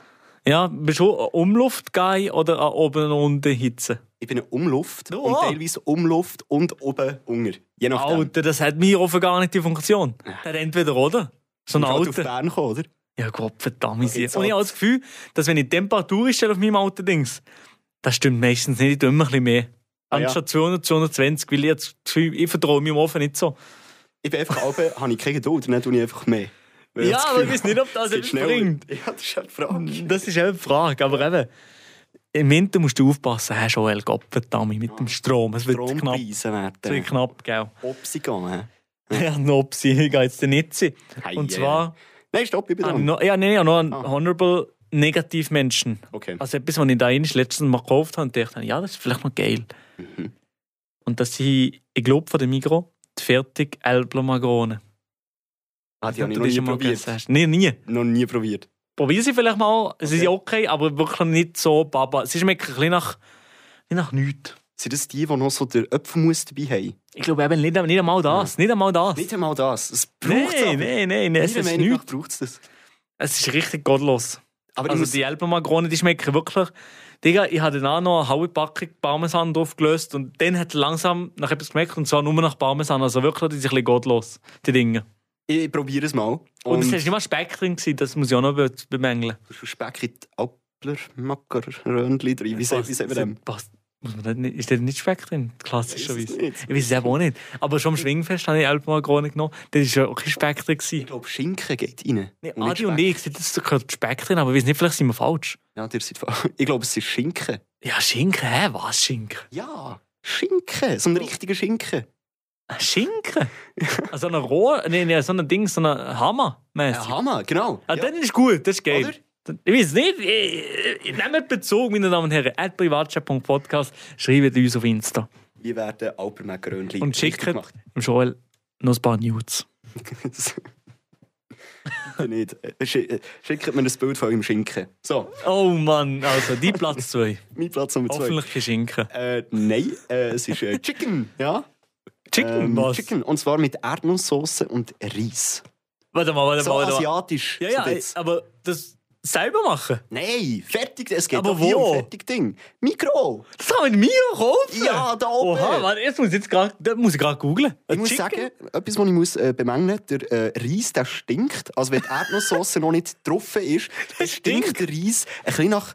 Ja, bist du ein Umluftguy oder ein oben und unten Hitze?
ich bin Umluft
Oh.
und teilweise Umluft und oben Unger. Je nachdem.
Alter, das hat mein Ofen gar nicht die Funktion. Der entweder oder. So ein
Du musst halt auf
Alter.
Bern kommen, oder?
Ja, Gott, verdammt.
Okay,
Okay,
jetzt
und ich habe das Gefühl, dass wenn ich die Temperatur einstelle auf meinem alten Dings, das stimmt meistens nicht. Ich tue immer ein bisschen mehr.
Ah, ja.
Anstatt 200, 220, weil ich jetzt das Gefühl, ich vertraue meinem Ofen nicht so.
Ich bin einfach oben, habe ich keine Geduld, dann tue ich einfach mehr. Weil
Ja,
das
aber ich
Gefühl
weiß nicht, ob das
habe, es
etwas
geht schneller.
bringt.
Ja, das ist eine Frage.
Das ist eben die Frage, aber eben. Im Winter musst du aufpassen, hast Joel Gottverdammt mit dem Strom. Es wird knapp.
Strompreise
Es wird
werden.
knapp, gell?
Ob sie gehen.
Ja, Nopsi, ich gehe jetzt nicht sein.
Hey,
Und
äh.
zwar,
Nein, stopp, ich bin
habe ich
dran.
noch, ja, nee, ich habe noch einen
Ah.
Honorable Negativmenschen.
Okay.
Also etwas, was ich da einst letztens mal gekauft habe und dachte, ja, das ist vielleicht noch geil.
Mhm.
Und das sind, ich glaube, von der Migros, die fertig Elblomagrone.
Ah, die habe ich
Du
noch
das
nie
schon mal
probiert.
gegessen hast. Nee, nie.
Noch nie probiert.
Probier sie vielleicht mal. Sie
Okay.
sind okay, aber wirklich nicht so baba. Sie schmecken ein bisschen nach, nicht nach nichts.
Sind das die, die noch so den Apfelmus dabei haben?
Ich glaube eben nicht, nicht einmal das. Nicht einmal das.
Nicht einmal das. Es braucht es
Nein,
aber.
nein, nein, nein, es
Meiner
ist
Meinung nach
nichts.
braucht es das.
Es ist richtig gottlos.
Aber ich
Also
muss-
die Elbermakrone, die schmecken wirklich... Digga, ich habe dann auch noch eine halbe Packung Parmesan draufgelöst und dann hat er langsam nach etwas gemerkt und zwar nur nach Parmesan. Also wirklich, die sind ein bisschen gottlos, die Dinge.
ich probiere es mal.
Und, es war
ist
nicht mal Speck drin, gewesen, das muss ich auch noch be- bemängeln.
Speck in die Appler, Macker, Röndli drin. Wie sagt wie sagt man dem?
Passt- Muss man das nicht, ist da nicht Speck drin,
Ich weiß
klassischerweise?
es nicht.
Ich weiß es eben auch nicht. Aber schon am Schwingfest habe ich Elbermakrone genommen, da war ja auch kein Speck drin.
Ich glaube, Schinken geht rein.
Nee,
nicht
Adi und
Speck.
ich, das gehört Speck drin, aber ich weiß nicht, vielleicht sind wir falsch.
Ja, ihr seid fa- ich glaube, es ist Schinken.
Ja, Schinken, hä? Was Schinken?
Ja, Schinken. So ein richtiger Schinken.
Ein Schinken? Also ein Rohr, nee, nee, so ein Ding, so ein Hammer.
Ein
mäßig.
Hammer, genau.
Ah,
ja.
dann ist gut, das ist geil.
Oder?
Dann- Ich weiß nicht, ich, ich nehme Bezug, meine Damen und Herren, at privatchat.podcast, schreibt uns auf Insta
Wir werden Alpermacaroni
und schickt
gemacht.
dem Joel noch ein paar Nudes.
Bitte nicht. Schi- äh, Schickt mir ein Bild von eurem Schinken. So,
Oh Mann, also die Platz 2.
mein Platz Nummer zwei.
Hoffentlich kein Schinken.
Äh, nein, äh, es ist äh, Chicken. Ja?
Chicken,
Ähm,
was?
Chicken. Und zwar mit Erdnusssoße und Reis.
Warte mal, warte
So
mal, warte mal.
asiatisch.
Ja, äh,
so
ja,
jetzt.
aber das selber machen?
Nein, fertig. Es geht
Aber
doch hier
wo?
um fertig Ding. Mikro.
Das kann man in mir kaufen?
Ja, da oben.
Oha, warte, jetzt muss ich jetzt grad, das muss ich gerade googlen.
Ich muss sagen, etwas, was ich muss, äh, bemängeln muss, der äh, Reis der stinkt. Also wenn die Erdnusssoße noch nicht getroffen ist, dann stinkt der Reis ein bisschen nach,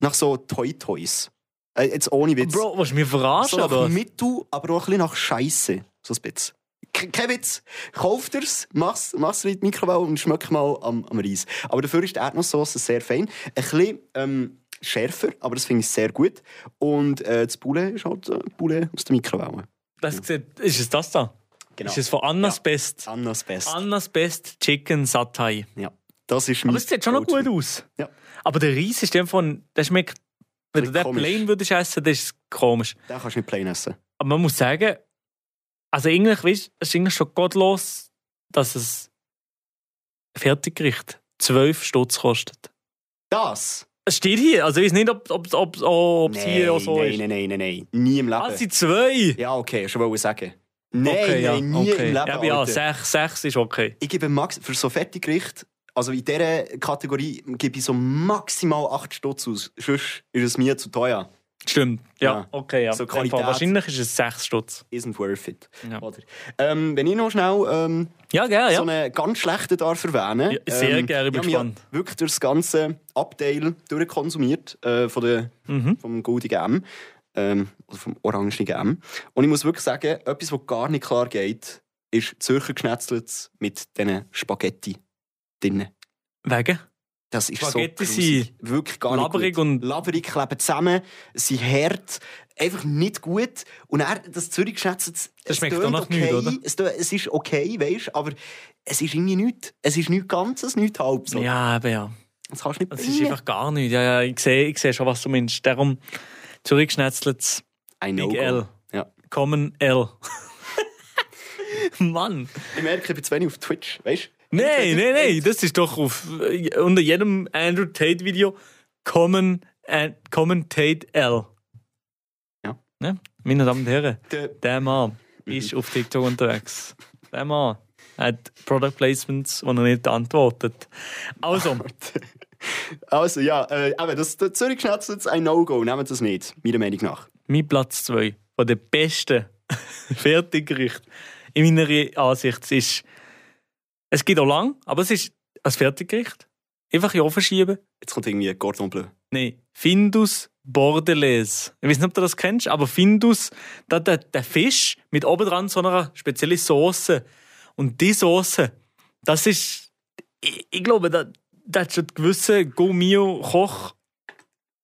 nach so Toy-Toys. Äh, jetzt ohne Witz.
Bro, willst du mich verarschen?
so nach
oder was?
Mittel, aber auch ein bisschen nach Scheiße. So ein bisschen. Ke- Kein Witz. Kauft er's, mach's, mach's in die Mikrowelle und schmeckt mal am, am Reis. Aber dafür ist die Erdnusssoße sehr fein. Ein bisschen ähm, schärfer, aber das finde ich sehr gut. Und äh, das Poulet ist halt äh, Poulet aus der Mikrowelle.
Das sieht- ist es das da?
Genau.
Ist es von Annas
Ja.
Best?
Annas Best.
Annas Best Chicken Satay.
ja. Das ist
Aber
mein
es sieht schon noch
Go-To.
gut aus.
Ja.
Aber der Reis ist dem von, der schmeckt, wenn du
Bisschen
den
komisch.
plain würdest essen, das ist komisch.
Den kannst du nicht plain essen.
Aber man muss sagen, also eigentlich, weißt, es ist eigentlich schon gottlos, dass es Fertiggericht 12 Stutz kostet.
Das?
Es steht hier, also ich weiß nicht, ob es ob, ob, ob, es hier auch so
nein,
ist.
nein, nein, nein, nein. Nie im Leben.
Ah, es sind zwei!
Ja, okay, schon wollte sagen. Nein,
okay, ja,
nein, nie
okay.
im Leben.
Ja, aber ja,
Alter.
sechs, sechs ist okay.
Ich gebe max für so fette Gerichte, also in dieser Kategorie gebe ich so maximal 8 Stutz aus. Sonst ist es mir zu teuer.
Stimmt, ja,
Ja.
okay, ja.
So
In dem Fall.
Qualität.
Wahrscheinlich ist es sechs Stutz.
Isn't worth it.
Ja.
Oder? Ähm, wenn ich noch schnell ähm,
Ja, gell, ja.
so einen ganz schlechten darf erwähnen. ähm,
Ja, sehr gerne, ich bin
ja, mich
gespannt.
hat wirklich durch das ganze Abteil durchkonsumiert äh, von der,
Mhm.
vom goldigen M. Ähm, oder vom orangigen M. Und ich muss wirklich sagen, etwas, was gar nicht klar geht, ist Zürcher Geschnetzeltes mit diesen Spaghetti drinnen.
Wegen?
Das ist
Spaghetti
so grusig.
sind
wirklich gar
labberig
nicht gut.
und-
Laberig kleben zusammen, sind hart, einfach nicht gut. Und er, das Zürich geschätzt, es es
schmeckt
tönt
doch nach
okay,
nichts, oder?
Es, tö- es ist okay, weißt, aber es ist irgendwie nichts. Es ist nichts Ganzes, nichts Halbes.
Ja, eben ja.
Das kannst du nicht
Das ist
bringen.
einfach gar nichts. Ja, ja, ich sehe ich sehe schon, was du meinst. Darum zurückgeschnetzelt
Ein
Big
No-Go.
L.
Ja.
Common L. Mann!
Ich merke, ich bin zu wenig auf Twitch, weißt
Nein, nein, nein, das ist doch auf, äh, unter jedem Andrew Tate-Video Common, äh, Common Tate L.
Ja.
Ne? Meine Damen und Herren,
Der-
der Mann ist auf TikTok unterwegs. Der Mann hat Product Placements, die er nicht antwortet. Also,
Also ja, äh, aber das, das Zürich geschnetzelt, ein No-Go, nehmt das nicht, meiner Meinung nach.
mein Platz 2 von den besten Fertiggerichten in meiner Ansicht ist, es geht auch lang, aber es ist ein Fertiggericht. Einfach in den Ofen schieben.
Jetzt kommt irgendwie Gordon Bleu.
Nein, Findus Bordelaise. Ich weiß nicht, ob du das kennst, aber Findus, da der, der Fisch mit oben dran so einer speziellen Soße. Und die Soße, das ist, ich, ich glaube, da, da hat schon gewisse Gummio Koch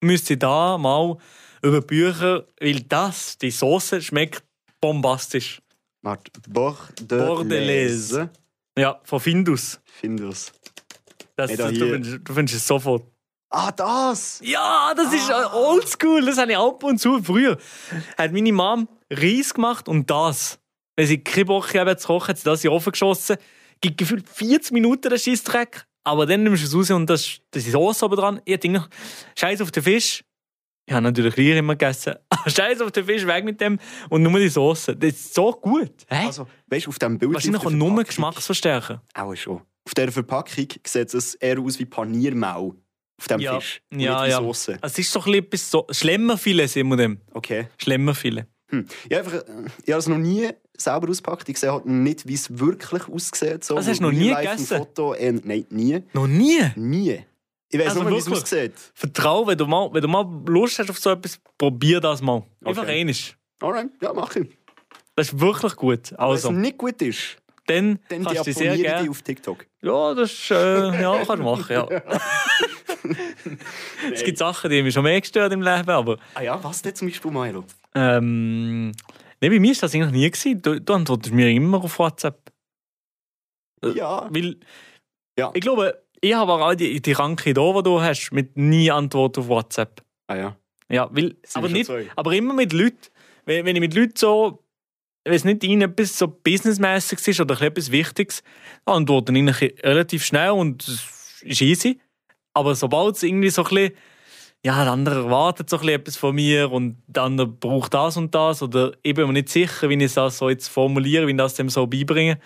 müsste da mal über Bücher, weil das, die Soße schmeckt bombastisch.
Warte, Bordelaise.
Bordelaise. Ja, von Findus.
Finde das.
Das,
Hey, da
du,
hier.
findest- du findest es sofort.
Ah, das!
Ja, das ist oldschool. Das habe ich ab und zu früher. Hat meine Mom Reis gemacht und das. Wenn sie keine Bock haben zu kochen, hat sie das in den Ofen geschossen. Gibt gefühlt 40 Minuten den Scheissdreck. Aber dann nimmst du es raus und das, ist- das ist Soße oben dran. Ich denke, Scheiß auf den Fisch. Ich habe natürlich Rier immer gegessen. Scheiß auf den Fisch, weg mit dem. Und nur die Soße. Das ist so gut. Hä?
Also, weißt du, auf diesem Bild.
Wahrscheinlich auch
auf der
nur
Verpackung-
Geschmacksverstärker.
Auch schon. Auf dieser Verpackung sieht es eher aus wie Paniermau. Auf diesem
Ja.
Fisch. Und
Ja,
nicht wie
ja.
Soße.
Es ist doch ein bisschen etwas so. Schlemmerfilet sind wir dem.
Okay.
Schlemmerfilet.
Hm. Ich habe einfach- ich habe es noch nie selber ausgepackt. Ich sehe halt nicht, wie es wirklich aussieht. So
Das hast du noch
Real
nie
life im
gegessen?
Foto. Äh, nein, nie.
Noch nie?
Nie. Ich weiß
Also
nur, wie es
wirklich?
aussieht.
Vertrau, wenn du mal, wenn du mal Lust hast auf so etwas, probier das mal. Einfach
Okay.
einisch.
Alright, ja, mach ich.
Das ist wirklich gut.
Wenn es
Also,
nicht gut ist,
dann,
dann
kannst du dich sehr
abonniere ich dich
gerne.
auf TikTok.
Ja, das ist, äh, ja, kannst du machen, ja. es gibt Sachen, die mich schon mehr gestört im Leben, aber
Ah ja, was denn zum Beispiel, Milo?
ähm, nee, bei mir ist das eigentlich nie gewesen. Du, du antwortest mir immer auf WhatsApp. Äh.
Ja.
Weil,
Ja.
ich glaube, ich habe auch die, die Krankheit da, die du hast, mit nie Antwort auf WhatsApp.
Ah ja.
Ja, weil,
Sind
aber,
schon
nicht,
zwei.
aber immer mit Leuten, wenn, wenn ich mit Leuten so, wenn es nicht ihnen etwas so businessmäßig ist oder ein bisschen etwas Wichtiges, dann antworten ihnen relativ schnell und es ist easy. Aber sobald es irgendwie so ein bisschen, ja, der andere erwartet so ein bisschen etwas von mir und der andere braucht das und das oder ich bin mir nicht sicher, wie ich das so jetzt formuliere, wie ich das dem so beibringe.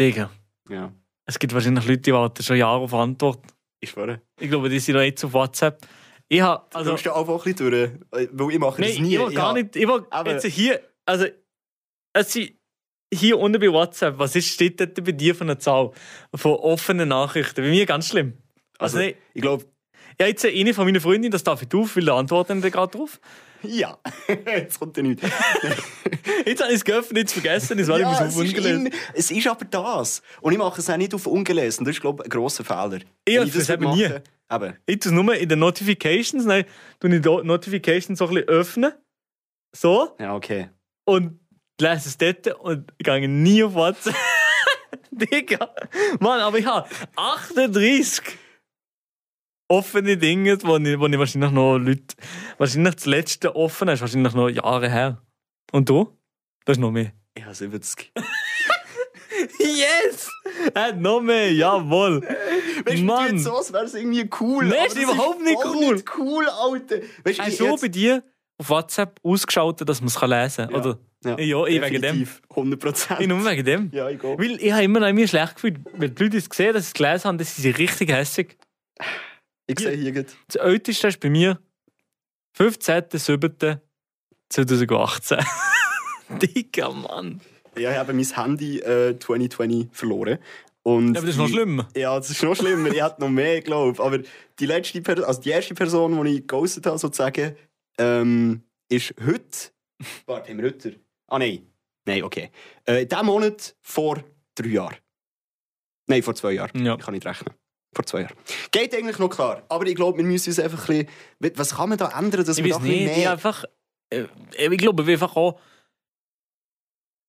Digga,
Ja.
es gibt wahrscheinlich Leute, die warten schon Jahre auf Antwort.
Ich schwöre.
Ich glaube, die sind noch jetzt auf WhatsApp. Ich habe,
Also,
also...
du musst ja einfach ein bisschen durch. äh, Weil ich mache das
Nein,
nie.
ich will gar
habe-
nicht. Ich will
Aber-
jetzt hier, also, es sind hier unten bei WhatsApp, was ist, steht dort bei dir von einer Zahl? Von offenen Nachrichten. Bei mir ganz schlimm. Also,
Also,
nein,
ich glaube,
Ja, jetzt äh, eine von meinen Freundinnen, das darf ich drauf, weil da antworten die gerade drauf.
Ja, jetzt kommt ja nichts.
Jetzt habe ich es geöffnet, jetzt vergessen, das war ich
ja,
immer
es,
so
ist
ungelesen.
in, es ist aber das. Und ich mache es auch nicht auf ungelesen. Das ist, glaube ich, ein grosser Fehler.
Ich
Wenn
hab das eben
mache-
nie.
Eben.
Jetzt ist nur in den Notifications, nein, tue ich die Notifications so ein bisschen öffnen. So,
Ja, okay.
und lese es dort und gehe nie auf WhatsApp. Digga. Mann, aber ich habe 38 offene Dinge, wo ich, wo ich wahrscheinlich noch Leute. Wahrscheinlich das letzte offene ist wahrscheinlich noch Jahre her. Und du? Das ist noch mehr.
Ich habe 70.
Yes! Er hat noch mehr, jawohl!
Äh, Weißt du,
Mann.
Mann. so, als wäre es irgendwie cool.
Nein,
aber
ist
das
überhaupt nicht
voll
cool.
Nicht cool, Alter. Weißt
Er
ich
ist so
jetzt-
bei dir auf WhatsApp ausgeschaltet, dass man es lesen kann.
Ja.
Oder?
Ja,
Ja, ich wegen dem.
definitiv. 100
Ich nur wegen dem.
Ja, ich glaube.
Weil ich habe immer noch mir schlecht gefühlt, wenn die Leute es gesehen, dass sie es gelesen haben, dass sie richtig hässig.
Ich sehe hier gerade.
Das älteste ist bei mir 15.07.2018. Dicker Mann.
Ja, ich habe mein Handy äh, 2020 verloren. Und
Ja, aber das ist noch
die-
schlimmer.
Ja, das ist noch schlimmer. ich hatte noch mehr, glaube ich. Aber die, letzte per also die erste Person, die ich geghostet habe, sozusagen, ähm, ist heute. Warte, haben wir heute? Ah, nein. Nein, okay. Äh, in diesem Monat vor drei Jahren. Nein, vor zwei Jahren.
Ja.
Ich kann nicht rechnen. Vor zwei Jahren. Geht eigentlich noch klar. Aber ich glaube, wir müssen uns einfach ein bisschen. Was kann man da ändern, dass
Ich
wir
weiß
da ein bisschen
nicht, ich einfach. äh, Ich glaube, wir einfach auch.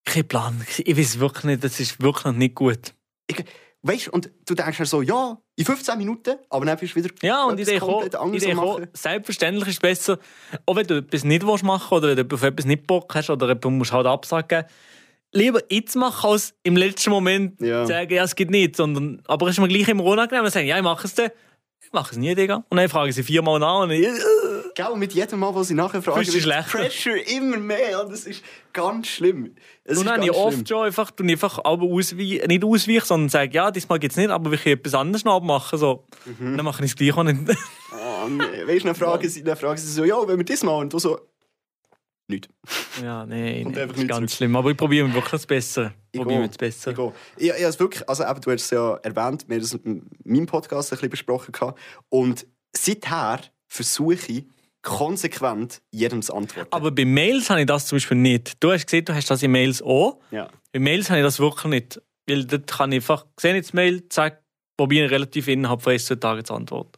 Kein Plan. Ich weiß wirklich nicht, das ist wirklich nicht gut.
Weißt du, und du denkst dann so, ja, in 15 Minuten, aber dann bist du wieder.
Ja, und ich
Etwas
denke auch,
komplett
ich
anderes
denke auch
machen.
selbstverständlich ist es besser, auch wenn du etwas nicht machen willst oder wenn du auf etwas nicht Bock hast oder du musst halt absagen, lieber jetzt machen, als im letzten Moment
Ja.
sagen, ja, es geht nicht. Sondern, aber es ist mir gleich immer unangenehm, wenn sagen, ja, ich mache es dann. Ich mache es nie, Digga. Und dann fragen sie viermal nach und ich,
Gell, und mit jedem Mal, wo sie nachher fragen,
Fühlst du dich
wird die
schlechter?
Pressure immer mehr. Ja, das ist ganz schlimm. Das
Und
ist
dann habe ich
ganz
oft
schlimm.
schon einfach, tue ich einfach aber ausweichen, nicht ausweichen, sondern sage, ja, diesmal geht es nicht, aber wir können etwas anderes noch abmachen. So.
Mhm.
Dann mache ich es gleich auch nicht.
Oh, nee. Weißt du, dann fragen, sie, dann fragen sie so, ja, wenn wir das machen. Und du so, nichts.
ja, nein,
Kommt
nee,
einfach
das ist
nicht
ganz
zurück.
schlimm. Aber ich probiere mich wirklich zu bessern.
Ich
Probiere
auch.
mich zu bessern.
Ich, auch. ich, ich habe es wirklich, also eben, du hast es ja erwähnt, wir haben es in meinem Podcast ein bisschen besprochen. gehabt. Und seither versuche ich konsequent jedem zu antworten.
Aber bei Mails habe ich das zum Beispiel nicht. Du hast gesehen, du hast das in Mails auch.
ja.
Bei Mails habe ich das wirklich nicht. Weil dort kann ich einfach, sehe jetzt die Mail, zack, probiere relativ innerhalb von ein, zwei Tagen zu antworten.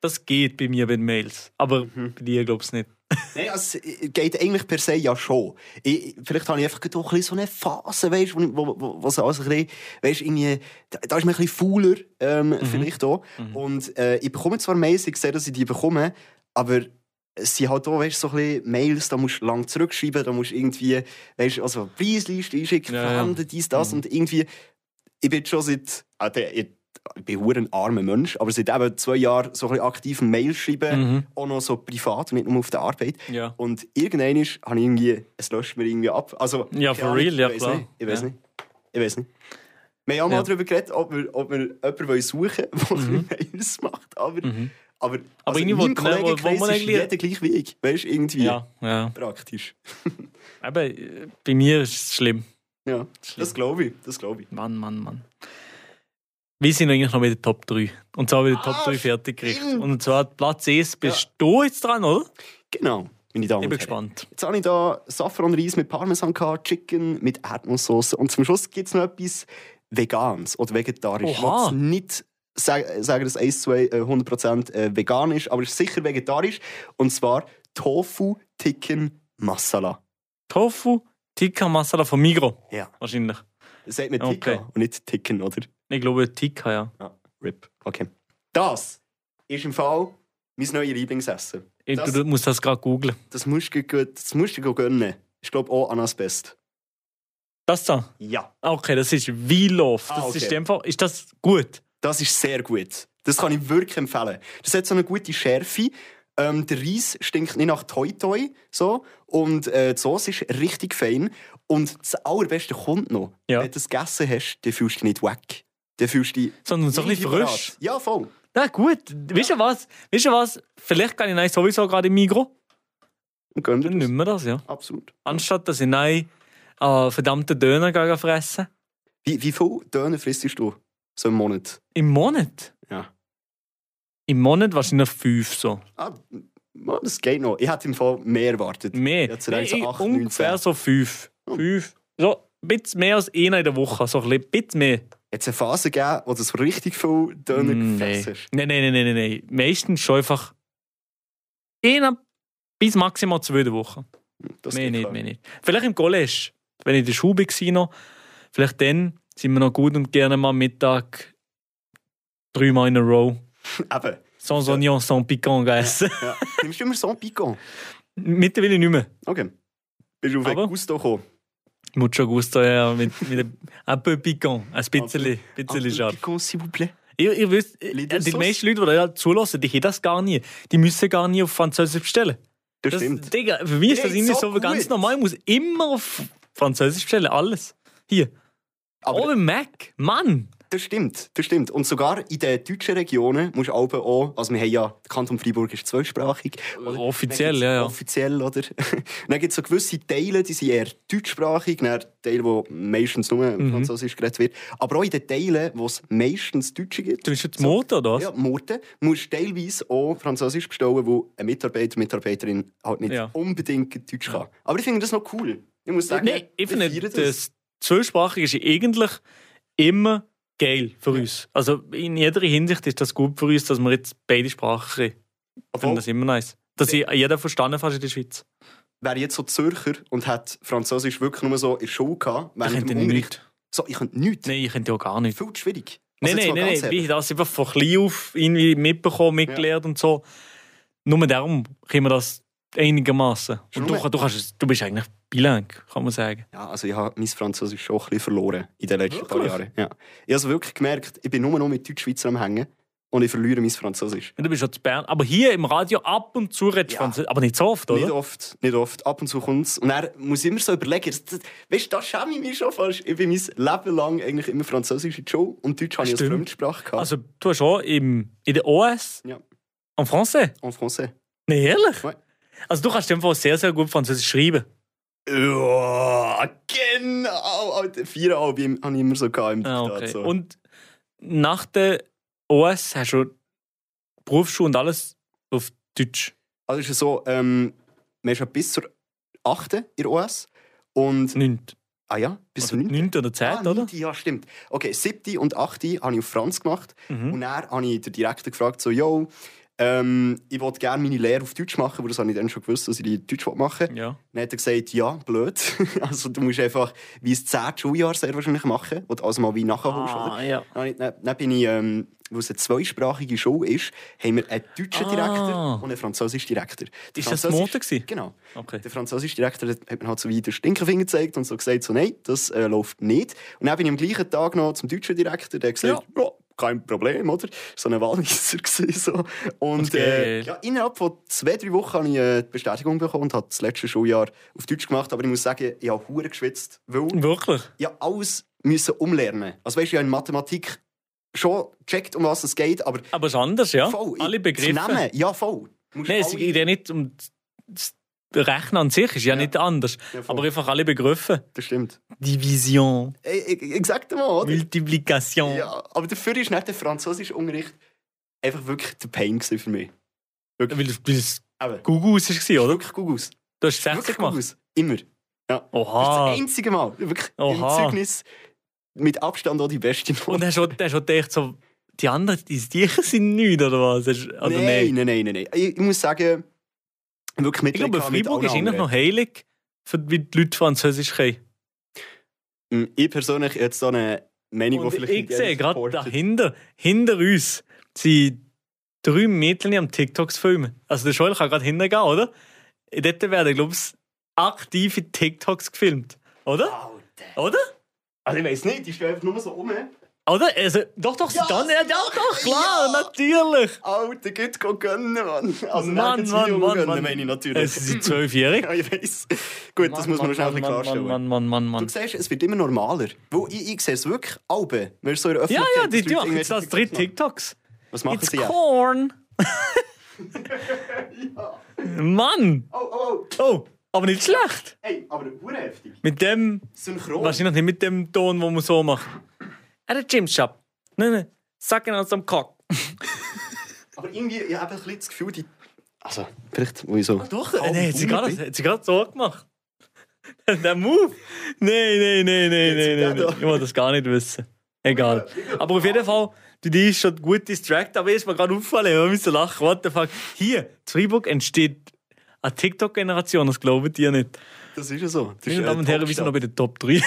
Das geht bei mir bei den Mails. Aber
Mhm.
bei dir glaube ich es nicht.
Nein, also, es geht eigentlich per se ja schon. Ich, ich- vielleicht habe ich einfach doch ein bisschen so eine Phase, weißt, wo, wo, wo, wo so alles ein bisschen, weißt, irgendwie, da, da ist man ein bisschen fauler, ähm,
Mhm.
vielleicht auch. Und äh, ich bekomme zwar Mails, ich sehe, dass ich die bekomme, aber es sind halt auch, weißt, so ein bisschen Mails, da musst du lang zurückschreiben, da musst du irgendwie, weißt, also Preisliste einschicken,
Ja, Mhm. ja.
verhandeln, dies, das und irgendwie, ich bin schon seit, also, ich, ich bin verdammt ein armer Mensch, aber seit eben zwei Jahren so ein bisschen aktiv Mails schreiben,
Mhm.
auch noch so privat, nicht nur auf der Arbeit.
Ja.
Und irgendwann ist, habe ich irgendwie, es löscht mir irgendwie ab. Also,
Ja,
keine
for
Ahnung,
real, ja,
ich weiss
klar.
Nicht, ich weiß
Ja.
nicht. Ich weiß nicht. Wir haben auch mal
Ja.
darüber geredet, ob wir, ob wir jemanden wollen suchen wollen, der mhm. Mails macht. Aber,
Mhm.
aber, also
irgendwie
in meinem
wollte- ne, wo- wo
Kollegenkreis
man
ist
eigentlich-
jeder gleich Weg. Weißt du, irgendwie
Ja, ja.
praktisch.
Aber äh, bei mir ist es schlimm.
Ja, das glaube ich. Das glaube ich.
Mann, Mann, Mann. Wir sind eigentlich noch mit der Top 3. Und zwar mit der Top
Ah,
3 fertig gekriegt.
stimmt.
Und zwar Platz 1 bist du jetzt dran, oder?
Genau, meine Damen
Ich bin
und Herren.
gespannt.
Jetzt habe ich hier Safranreis mit Parmesan, gehabt, Chicken mit Erdnusssoße und zum Schluss gibt es noch etwas Veganes oder Vegetarisches. Ich
Oha.
will nicht sa- sagen, dass 1 zu 100% äh, vegan ist, aber es ist sicher vegetarisch. Und zwar Tofu Tikken Masala.
Tofu, Tikka Masala von Migro.
Ja.
Wahrscheinlich.
Sagt man
Okay.
Tikka und nicht Tikken, oder?
Ich glaube Tikka, ja.
Ja. RIP. Okay. Das ist im Fall mein neues Lieblingsessen.
Ich,
Das-
du, du musst das gerade googeln.
Das musst du, gut- das musst du gönnen. Ich glaube auch Annas Best.
Das da?
Ja.
Ah, Okay, das ist Wielof. Das
Ah, okay.
ist einfach. Ist das gut?
Das ist sehr gut. Das kann ich wirklich empfehlen. Das hat so eine gute Schärfe. Ähm, der Reis stinkt nicht nach Toi Toi. So. Und äh, die Sauce ist richtig fein. Und das Allerbeste kommt noch.
Ja.
Wenn du das gegessen hast, dann fühlst du dich nicht weg. Dann fühlst du dich
Sondern so ein bisschen
irgendwie
frisch.
parat. Ja, voll.
Na gut. Weißt du was? Weißt du was? Vielleicht gehe ich nein sowieso gerade im Migro.
Und gönn dir
Dann
das.
nehmen wir das, ja.
Absolut.
Anstatt dass ich nein äh, verdammten Döner gehe fressen.
Wie, wie viele Döner frisst du so im Monat?
Im Monat?
Ja.
im Monat wahrscheinlich fünf so.
Ah, ja, das geht noch. Ich hätte im Fall mehr erwartet.
Mehr.
Jetzt nee,
Nee,
so Oh. 8, 9,
ungefähr
10.
so fünf. Fünf. So, ein bisschen mehr als einer in der Woche. So ein bisschen- bisschen mehr.
Jetzt eine Phase gegeben, wo du so richtig viel Döner
Mm,
gefressen hast.
Nein, nein, nein, nein, nein. Meistens schon einfach einer bis maximal zwei in der Woche.
Das
Mehr
geht
nicht,
klar.
mehr nicht. Vielleicht im College, wenn ich in der Schule war, noch, vielleicht dann sind wir noch gut und gerne mal am Mittag dreimal in a row.
Eben.
Sans oignon, sans piquant gegessen.
Ja. Nimmst du immer so ein Picon?
Mittlerweile nicht mehr.
Okay. Bist du auf
Aber-
den Gusto gekommen?
Mucho gusto, ja, mit, mit ein- ein peu piquant. Ein bisschen, bisschen
Ah,
scharf.
Picon, s'il vous plaît.
Ihr, ihr wisst, äh,
Lidl
die
Sauce?
meisten Leute, die da zulassen, die haben das gar nie. Die müssen gar nie auf Französisch bestellen.
Das, stimmt.
Digga, für mich ist das
Ey,
irgendwie so,
so
ganz
gut.
normal. Ich muss immer auf Französisch bestellen, alles. Hier.
Aber-
oh, im Mac. Mann!
Das stimmt, das stimmt. Und sogar in den deutschen Regionen musst du auch, auch also wir haben ja, der Kanton Freiburg ist zweisprachig. oder?
Äh, Offiziell,
Dann gibt's
ja, ja.
Offiziell, oder? dann gibt es so gewisse Teile, die sind eher deutschsprachig, dann Teile, wo meistens nur
Mhm.
Französisch geredet wird. Aber auch in den Teilen, wo es meistens Deutsche gibt,
Du bist jetzt Motor, oder was?
ja, Morten, Also musst du teilweise auch Französisch bestellen, wo ein Mitarbeiter, Mitarbeiterin halt nicht
Ja.
unbedingt Deutsch kann. Aber ich finde das noch cool. Ich muss sagen,
Nein, ich
wir
finde,
feiern
das. Zweisprachige ist eigentlich immer geil für uns. Also in jeder Hinsicht ist das gut für uns, dass wir jetzt beide Sprachen reden. Ich finde
Obwohl-
das immer nice. Dass ich jeder verstanden fast in der Schweiz.
wäre jetzt so Zürcher und hat Französisch wirklich nur so in der Schule gehabt,
Ich
während
könnte
dem Unterricht.
nicht.
So, ich könnte nichts.
Nein, ich könnte auch gar nicht.
Viel zu schwierig.
Nein,
Also jetzt
nein,
mal
nein,
ganz
nein.
ehrlich.
Ich habe das einfach von klein auf irgendwie mitbekommen, mitgelernt und so. Nur darum können wir das einigermaßen.
Schon
Und du,
nur-
du, kannst, es- du bist eigentlich bilang, kann man sagen.
Ja, also ich habe mein Französisch schon ein bisschen verloren in den letzten paar
Wirklich?
Jahren. Ja. Ich habe also wirklich gemerkt, ich bin nur noch mit Deutschschweizer am Hängen und ich verliere mein Französisch.
Du bist ja zu Bern. Aber hier im Radio ab und zu redest du
Ja.
Französisch. Aber nicht so oft, oder?
Nicht oft, nicht oft. Ab und zu kommt es. Und er muss ich immer so überlegen. Das- das- Weißt du, da schäme ich mich schon fast. Ich bin mein Leben lang eigentlich immer Französisch in der Schule und Deutsch habe ich als
Stimmt.
Fremdsprache gehabt.
Also, du hast auch im, in der OS
Ja.
en français.
en français.
Nein, ehrlich?
Ouais.
Also, du kannst einfach sehr, sehr gut Französisch schreiben.
Ja, genau! Alter, Viereinhalb im- habe ich immer so gehabt im
Ah,
Diktat.
okay.
So.
Und nach der OS hast du Berufsschule und alles auf Deutsch.
Also ist es so, ähm, man ist ja bis zur 8. in der OS und,
Nicht.
ah ja, bis
Also
zur 9.
9. oder 10.
Ah,
oder?
9., Ja, stimmt. Okay, 7. und 8. habe ich auf Franz gemacht
Mhm.
und dann habe ich den Direktor gefragt, so, yo, ähm, ich wollte gerne meine Lehre auf Deutsch machen, weil das habe ich dann schon gewusst, dass ich die Deutsch machen will.
Ja.
Dann hat er gesagt, ja, blöd. also du musst einfach wie ein 10. Schuljahr sehr wahrscheinlich machen, wo du alles mal wie nachholst, oder?
Ah, ja.
Dann, hab ich- dann, dann bin ich, ähm, weil es eine zweisprachige Schule ist, haben wir einen deutschen
Ah.
Direktor und einen französischen Direktor. Der
Ist das
Französisch-
Montag gewesen?
Genau.
Okay.
Der französische Direktor hat hat mir halt so wie den Stinkefinger gezeigt und so gesagt, so, nein, das äh, läuft nicht. Und dann bin ich am gleichen Tag noch zum deutschen Direktor, der hat gesagt, ja. kein Problem, oder? So ein Walliser gewesen, so. Und äh,
geil.
ja, innerhalb von zwei, drei Wochen habe ich äh, die Bestätigung bekommen und habe das letzte Schuljahr auf Deutsch gemacht. Aber ich muss sagen, ich habe hure geschwitzt, weil
Wirklich?
ja alles müssen umlernen. Also weißt du, ja in Mathematik schon checkt, um was es geht, aber
Aber es ist anders, ja?
voll.
Alle
ich-
Begriffe.
das Nehmen, ja voll. Musst
Nein, es
alle-
geht ja nicht um das Rechnen an sich, ist ja, nicht anders.
Ja, voll.
Aber einfach alle Begriffe.
das stimmt.
Division,
Ey, ey, Exakt mal, oder?
Multiplikation.
Ja, aber dafür ist nicht der französische Unterricht einfach wirklich der Pain gewesen für mich.
Weil es- weil es
Eben.
Gugus war, oder?
Wirklich Gugus.
Du hast 60
Wirklich
gemacht.
Gugus. Immer. Das
Oha.
ist das einzige Mal. Wirklich im
Oha.
Zeugnis mit Abstand auch die beste
Und
Note.
hast du hast du gedacht, so, die anderen, die, die sind nichts, oder was? Hast- Also,
nein, nein, nein, nein, nein. Ich, ich muss sagen, wirklich mit
Ich glaube, Freiburg ist eigentlich noch heilig, für wie die Leute Französisch können.
Mm, Ich persönlich habe jetzt so eine Meinung, die
Und
vielleicht
ich
jeder
sehe gerade
supportet.
dahinter, hinter uns, sind drei Mädchen am TikToks filmen. Also der Joel kann gerade hingehen, oder? Dort werden, glaube ich, aktive TikToks gefilmt. Oder?
Alter.
Oder?
Also ich weiß nicht, die stehen einfach nur so um.
Oder? Also, doch, doch,
Ja,
dann, ja, doch, doch, klar,
ja. Also,
natürlich.
Alter, gut, geh gönnen, Mann. Also
Mann,
nirgends
Mann,
Video
Mann,
gönnen,
Mann.
meine ich natürlich.
Es sind zwölfjährig.
Ja, ich weiß. Gut, das muss man noch schnell ein bisschen klarstellen.
Mann, Mann, Mann, Mann,
Du
Mann.
siehst, es wird immer normaler. Weil ich, ich sehe es wirklich alle. Wenn so in der
Ja,
Öffentlichkeit
ja,
dass
die, die
Leute
machen jetzt das
irgendwelche
dritte
TikToks
TikToks.
machen. Was machen
It's
sie ja?
corn. Mann!
Oh, oh, oh.
Oh, aber nicht schlecht.
Ey, aber hure heftig.
Mit dem
Synchron.
Wahrscheinlich nicht mit dem Ton, den man so macht. Er hat Gym Shop. Nein, nein. Sucking aus dem Cock.
Aber irgendwie, ich habe ein bisschen das Gefühl, die. Also, vielleicht, wo ich so.
Doch,
Kaum
nee, hat sie
Hunger
gerade hat sie gerade so gemacht. Der Move? Nein, nein, nein, nein,
Jetzt
nein,
geht
nein.
er.
Ich will das gar nicht wissen. Egal. Aber auf jeden Fall, die die ist schon gut distracted, aber ist mir gerade aufgefallen, wir müssen lachen. What the fuck? Hier, in Freiburg entsteht eine TikTok-Generation, das glaubt ihr nicht.
bin. Das ist ja so. Das
Meine
äh,
Damen und Herren, wir sind noch bei den Top 3.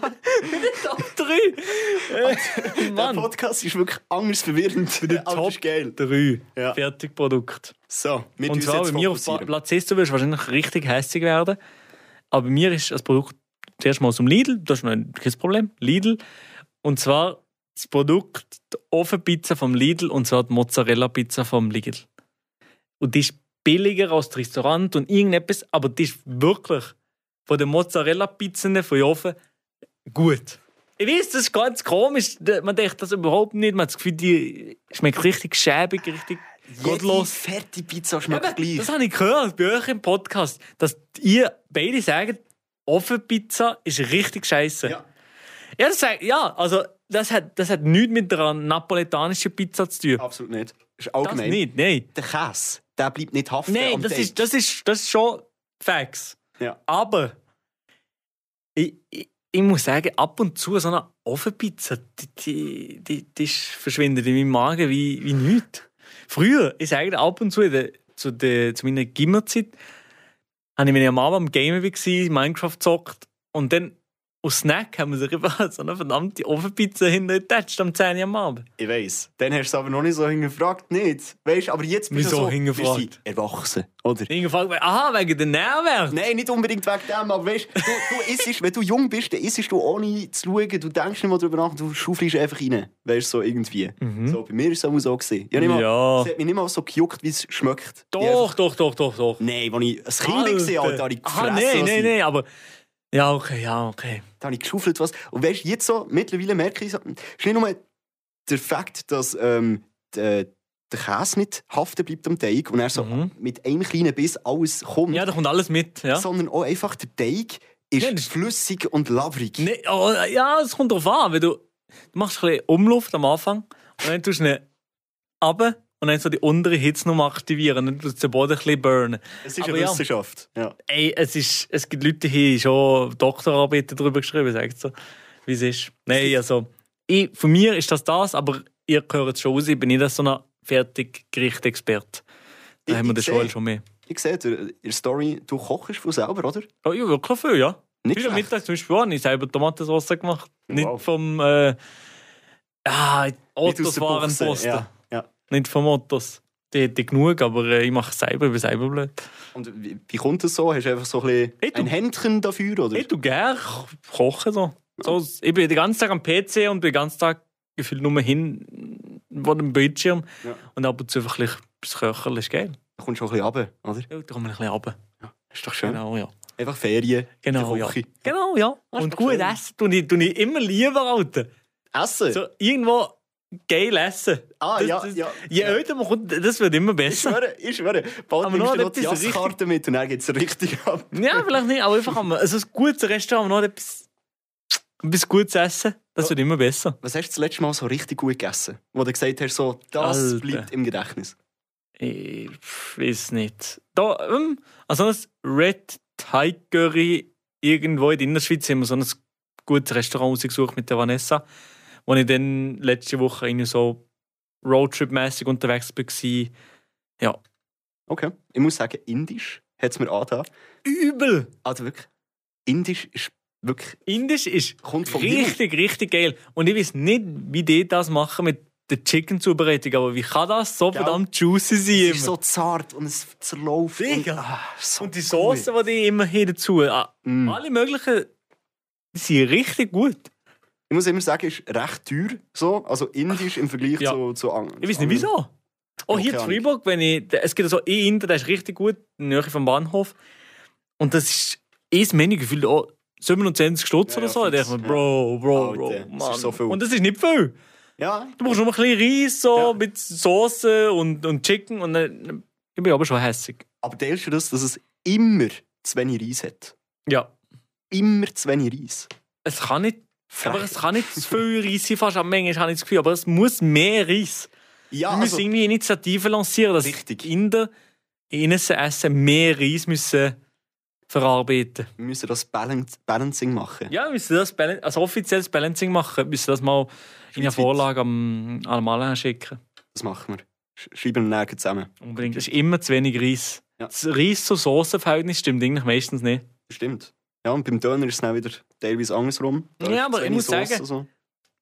Top 3!
Der
Äh, Mann,
Podcast ist wirklich anders verwirrend. Aber das
Top
ist geil.
3.
Ja.
Fertigprodukt.
So, mit
Und zwar, bei mir auf Platz 6 du wirst wahrscheinlich richtig hässig werden. Aber bei mir ist das Produkt zuerst mal aus dem Lidl, das ist noch ein- kein Problem, Lidl. Und zwar das Produkt, die Ofenpizza vom Lidl und zwar die Mozzarella-Pizza vom Lidl. Und die ist billiger als das Restaurant und irgendetwas, aber die ist wirklich von den Mozzarella-Pizzen von Ofen gut. Ich weiß, das ist ganz komisch. Man denkt das überhaupt nicht. Man hat das Gefühl, die schmeckt richtig schäbig, richtig
Jede
gottlos.
fette Pizza schmeckt
Eben,
gleich.
das habe ich gehört bei euch im Podcast, dass ihr beide sagt, Ofenpizza ist richtig scheiße.
Ja.
Ja, das sagt, ja, also das hat, das hat nichts mit einer napoletanischen Pizza zu tun.
Absolut nicht. Das ist
das
allgemein.
nicht, nein.
Der Käse, der bleibt nicht haften.
Nein,
am
das
Teig.
ist, das, ist, das ist schon Facts.
Ja.
Aber ich, ich, ich muss sagen, ab und zu so eine Ofenpizza, die, die, die, die ist- verschwindet in meinem Magen wie, wie nichts. Früher, ich sage dir, ab und zu in der, zu, der, zu meiner Gimmerzeit, habe ich, wenn ich am Abend am Gamen war, Minecraft gezockt und dann aus Snack haben wir sich einfach so eine verdammte Ofenpizza hintergetatscht am 10 Uhr am Abend.
Ich weiß. Dann hast du es aber noch nicht so hingefragt, nicht? Weißt aber jetzt bist
Wieso
du so.
hingefragt?
Wir sind erwachsen, oder?
Irgendwann, aha, wegen der Nährwert.
Nein, nicht unbedingt wegen dem, aber weißt du, du isst, wenn du jung bist, dann isst du ohne zu schauen, du denkst nicht mal darüber nach, du schaufelst einfach rein. Weißt du, so irgendwie. So, bei mir war es auch so. Gewesen. Ich hab nicht mal,
Hm? Ja.
Es hat mich nicht mal so gejuckt, wie es schmeckt. Ich
Doch,
einfach-
doch, doch, doch, doch.
Nein, als ich ein Kind war, Alter, habe ich
Ah,
gefressen.
nein,
was
nein,
ich-
nein, aber. Ja, okay, ja, okay.
Da habe ich geschaufelt was. Und weißt du, jetzt so, mittlerweile merke ich, so, ist nicht nur der Fakt, dass ähm, der, der Käse nicht haften bleibt am Teig und er so
Mhm.
mit einem kleinen Biss alles kommt,
Ja, da kommt alles mit. Ja,
sondern auch einfach der Teig ist
Ja, das-
flüssig und labrig.
nee, oh, ja es kommt drauf an. Wenn du, du machst ein bisschen Umluft am Anfang und dann tust du ihn runter und dann so die untere Hitze noch aktivieren und dann tust du den Boden ein bisschen burnen.
Es ist
Aber
eine
ja.
Wissenschaft. Ja.
Ey, es, ist, es gibt Leute, die haben schon Doktorarbeiten darüber geschrieben, sagt so, wie es ist. Nein, also, ich, von mir ist das das, aber ihr hört es schon raus, ich bin nicht so ein fertig Gerichtexperte. Da
Ich-
haben wir
ich
den
sehe-
Schwall schon mehr.
Ich sehe, du- in der Story, du kochst von selber, oder?
Ja, ja wirklich viel, ja.
Nicht
Heute
schlecht.
Mittag zum Beispiel habe ich selber Tomatensauce gemacht. Nicht
Wow.
vom äh, ah,
Nicht aus
Ottos
der
Warenposten.
Buchse. Ja. Ja.
Nicht vom Ottos. Die hätte ich genug, aber äh, ich mache es selber, ich bin selber blöd.
Und wie, wie kommt das so? Hast du einfach so ein, bisschen
Hey, du-
ein Händchen dafür, oder?
Ich tue gerne kochen. So. So, ich bin den ganzen Tag am PC und bin den ganzen Tag gefühlt nur hin vor dem Bildschirm.
Ja.
Und ab und zu einfach ein bisschen das Köcherl ist geil.
Da kommst du schon ein bisschen runter, oder?
Ja, da kommen wir ein bisschen runter.
Ist doch schön.
Genau, ja.
Einfach Ferien. in der
Genau, ja.
Küche.
Genau, ja.
Das ist
Und
doch
gut
schön.
essen tue ich, tue ich immer lieber, Alter.
Essen.
So, irgendwo geil essen.
Ah,
das,
ja,
das,
ja.
Je älter man kommt, das wird immer
Ich
besser.
schwöre, ich schwöre. Bald
Aber
nimmst
noch
du noch die
etwas
Jasskarte mit und dann geht es richtig ab.
Ja, vielleicht nicht, aber einfach am, also ein gutes Restaurant, wo man noch etwas, etwas Gutes essen, das
Ja.
wird immer besser.
Was hast du das letzte Mal so richtig gut gegessen? Wo du gesagt hast, so, das
Alter.
bleibt im Gedächtnis.
Ich Äh, weiß nicht. Da, ähm, also ein Red Thai Curry irgendwo in der Innerschweiz haben wir so ein gutes Restaurant rausgesucht mit der Vanessa, wo ich dann letzte Woche irgendwie so Roadtrip-mäßig unterwegs war.
Okay. Ich muss sagen, Indisch hat es mir angetan.
Übel!
Also wirklich, Indisch ist wirklich,
Indisch ist
kommt vom Himmel.
Richtig, richtig geil. Und ich weiß nicht, wie die das machen mit der Chicken-Zubereitung, aber wie kann das so
Gell?
verdammt juicy sein?
Es ist
immer?
so zart und es zerläuft.
Digga.
Und, ah, so
und die
gut.
Soße, die die immer hier dazu. ah,
Mm.
Alle möglichen die sind richtig gut.
Ich muss immer sagen, ist recht teuer. So. Also Indisch im Vergleich
Ja.
zu, zu anderen.
Ich weiß nicht wieso. Oh, hier
Ja,
in
keine Ahnung.
Freiburg, wenn ich, es gibt so einen Inder, der ist richtig gut, in der Nähe vom Bahnhof. Und das ist eh das Menü gefühlt auch 27 Stutz
Ja,
oder
ja,
so. Da
fix,
dachte ich mir,
ja.
Bro, Bro, Bro.
Alter, das ist
Mann.
so viel.
Und das ist nicht viel.
Ja,
Du brauchst nur ein bisschen Reis so,
Ja.
mit Soße und, und Chicken und dann, ich bin aber schon hässig.
aber teilst du das, dass es immer zu wenig Reis hat?
Ja.
Immer zu wenig Reis.
Es kann nicht, aber
Frech.
es kann nicht zu viel Reis sein, fast am Menge, ich habe nicht das Gefühl, aber es muss mehr Reis.
Ja,
wir müssen
also-
irgendwie Initiativen lancieren, dass
Richtig.
Inder in unserem Essen mehr Reis müssen verarbeiten
Wir müssen das Balan- Balancing machen.
Ja, wir müssen das Balan- als offizielles Balancing machen, müssen das mal in eine
Schweizweit.
Vorlage am, am Alain schicken.
Das machen wir. Sch- Schreiben wir nachher zusammen.
Unbedingt. Das ist immer zu wenig Reis.
Ja.
Das Reis zu Soßenverhältnis stimmt eigentlich meistens nicht.
Stimmt. Ja, und beim Döner ist es dann wieder teilweise andersrum. Da
Ja,
ist
aber
zu
ich
wenig
muss
Sauce
sagen- ähm,
und So.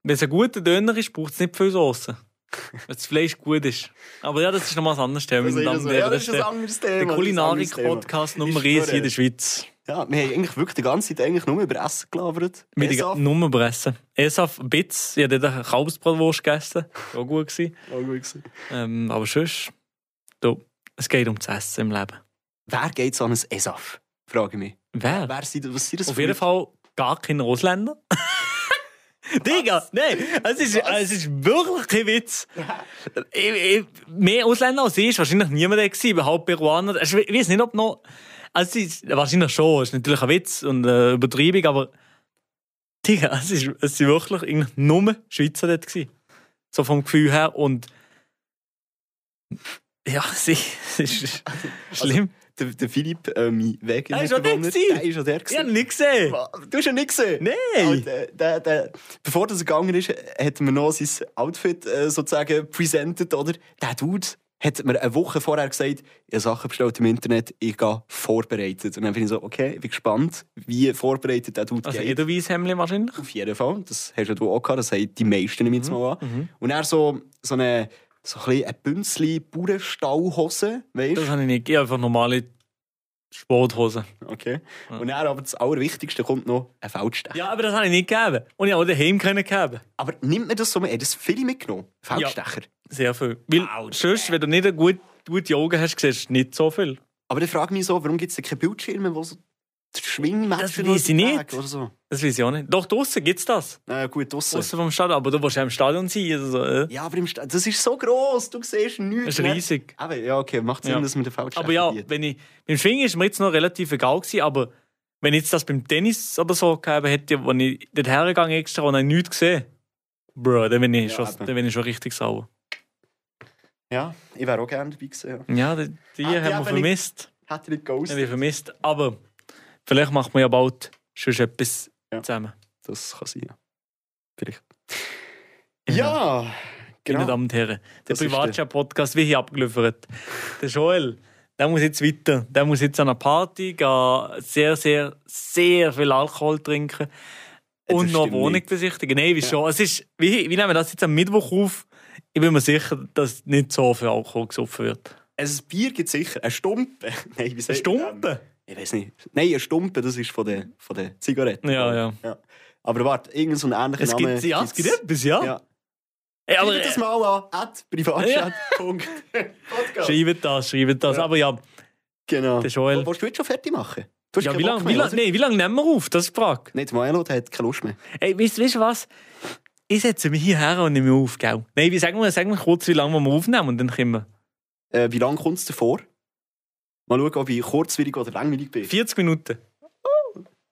Wenn es ein guter Döner ist, braucht es nicht viel Soße. Wenn das Fleisch gut ist. Aber ja, das ist nochmal ein anderes Thema.
Das, ist
meine Damen
das,
und
ja,
Herren.
das ist ein
der-
anderes Thema.
der
das ist ein anderes Thema.
Kulinarik-Podcast Nummer
Ich
1 hier in der
schwöre.
Schweiz.
Ja, wir haben eigentlich wirklich die ganze Zeit eigentlich nur über Essen gelabert.
Mit
Essen.
der Nummer pressen. Esaf, Bitz, ich habe dort eine Kalbsbratwurst gegessen. Auch gut gewesen.
Auch gut gewesen.
Ähm, aber sonst, du, es geht ums Essen im Leben.
Wer geht so an ein Esaf? Frage ich mich.
Wer?
Wer sind, was sind das
Auf
für
jeden
Leute?
Fall gar kein Russländer. Digga, nein, es ist,
Was?
es ist wirklich kein Witz. Ich, ich, mehr Ausländer als ich ist wahrscheinlich niemand da gewesen, überhaupt Peruaner. Ich we- weiß nicht, ob noch. Also, es ist, wahrscheinlich schon, es ist natürlich ein Witz und eine Übertreibung, aber. Digga, es, ist, es sind wirklich eigentlich nur Schweizer dort gewesen. So vom Gefühl her und. Ja, es ist, es ist schlimm.
Der, der Philipp, äh, mein Wege.
Der ist schon der gewesen.
Der ist schon der.
ich habe
gewesen.
ihn nicht gesehen.
Du hast ja nicht gesehen. Aber
Nein!
der, der, der, bevor das gegangen ist, hat mir noch sein Outfit äh, sozusagen präsentiert, oder? Der Dude hat mir eine Woche vorher gesagt, ich habe Sachen bestellt im Internet, ich gehe vorbereitet. Und dann bin ich so, okay, ich bin gespannt, wie vorbereitet der Dude
Also,
geht.
Edelweisshemmli wahrscheinlich.
Auf jeden Fall, das hast ja du auch gehabt, das haben die meisten jetzt
Mhm,
mal an. Und er so, so eine, so ein bisschen eine Bünzli Bauernstallhose, weißt
Das habe ich nicht. Ich habe einfach normale Sporthosen.
Okay. Und dann aber das Allerwichtigste kommt noch, ein Feldstecher.
Ja, aber das habe ich nicht gegeben. Und ich habe auch daheim können gegeben.
Aber nimmt man das so mit? Er hat das viele mitgenommen. Feldstecher.
Sehr viel. Weil sonst, wenn du nicht eine gute, gute Augen hast, siehst du nicht so viel.
Aber dann frage ich mich so, warum gibt es denn keine Bildschirme, wo so die
Das
Schwingmatchen
weiss ich
oder
nicht.
Oder so.
Das weiß ich auch nicht. Doch, draußen gibt es das.
Na gut, draussen.
Draußen vom Stadion. Aber du willst ja im Stadion sein. Also, so, äh.
Ja, aber im Sta das ist so gross, du siehst nichts.
Das ist riesig.
Aber ja, okay, macht Sinn,
Ja.
dass man den Feldstecher
Aber ja,
bietet.
wenn ich, beim Schwingen ist mir jetzt noch relativ egal gewesen, aber wenn ich jetzt das beim Tennis oder so gegeben hätte, wenn ich dort hergegangen extra und habe nichts gesehen, Bro, dann bin ich,
Ja,
schon,
eben.
dann bin ich schon richtig sauer.
Ja, ich wäre auch gerne dabei gewesen. Ja.
Ja, die, die
Ah, die
haben
haben
wir
nicht-
vermisst.
Hätte ich nicht
Habe
geghostet.
ich vermisst. Aber vielleicht machen wir ja bald schon etwas
Ja.
zusammen.
Das kann sein, ja. Vielleicht.
Im
Ja,
Meine
genau.
Damen und Herren, der
Das ist
Privatchat-Podcast, wie hier abgeliefert. Der Joel, der muss jetzt weiter. Der muss jetzt an eine Party gehen, sehr, sehr, sehr viel Alkohol trinken
Das
und noch
stimmt
Wohnung
nicht.
besichtigen. Nein, wie schon. Es ist, wie, wie nehmen wir das jetzt am Mittwoch auf? Ich bin mir sicher, dass nicht so viel Alkohol gesoffen wird.
Ein Also Bier gibt es sicher. Ein Stumpen. Nein, wie sagt man
Stumpen?
dem? Ich weiß nicht. Nein, ein Stumpen, das ist von den, von den Zigaretten.
Ja, ja.
Aber warte, irgendein so ein ähnlicher
Es
Name
gibt, ja, es gibt
gibt's.
etwas, ja.
Ja.
Ey, aber,
Schreibt das mal an, at privatchat. Punkt. Podcast.
Schreibt das, schreibt das.
Ja.
Aber ja,
Genau.
Der Joel.
Wo- Willst du jetzt schon fertig machen? Du hast
ja
keinen
wie
Bock
lange
mehr,
wie lang,
oder?
nee, wie lang nehmen wir auf? Das ist die Frage.
Nicht, Milo, der hat keine Lust mehr.
Ey, weißt weißt du was? Ich setze mich hierher und nehme auf, gell? Nein, wie sagen wir, sagen wir kurz, wie lange wir aufnehmen und dann kommen wir.
Äh, wie lange kommt es davor? Mal schauen, ob ich kurzwillig oder langweilig bin.
40 Minuten.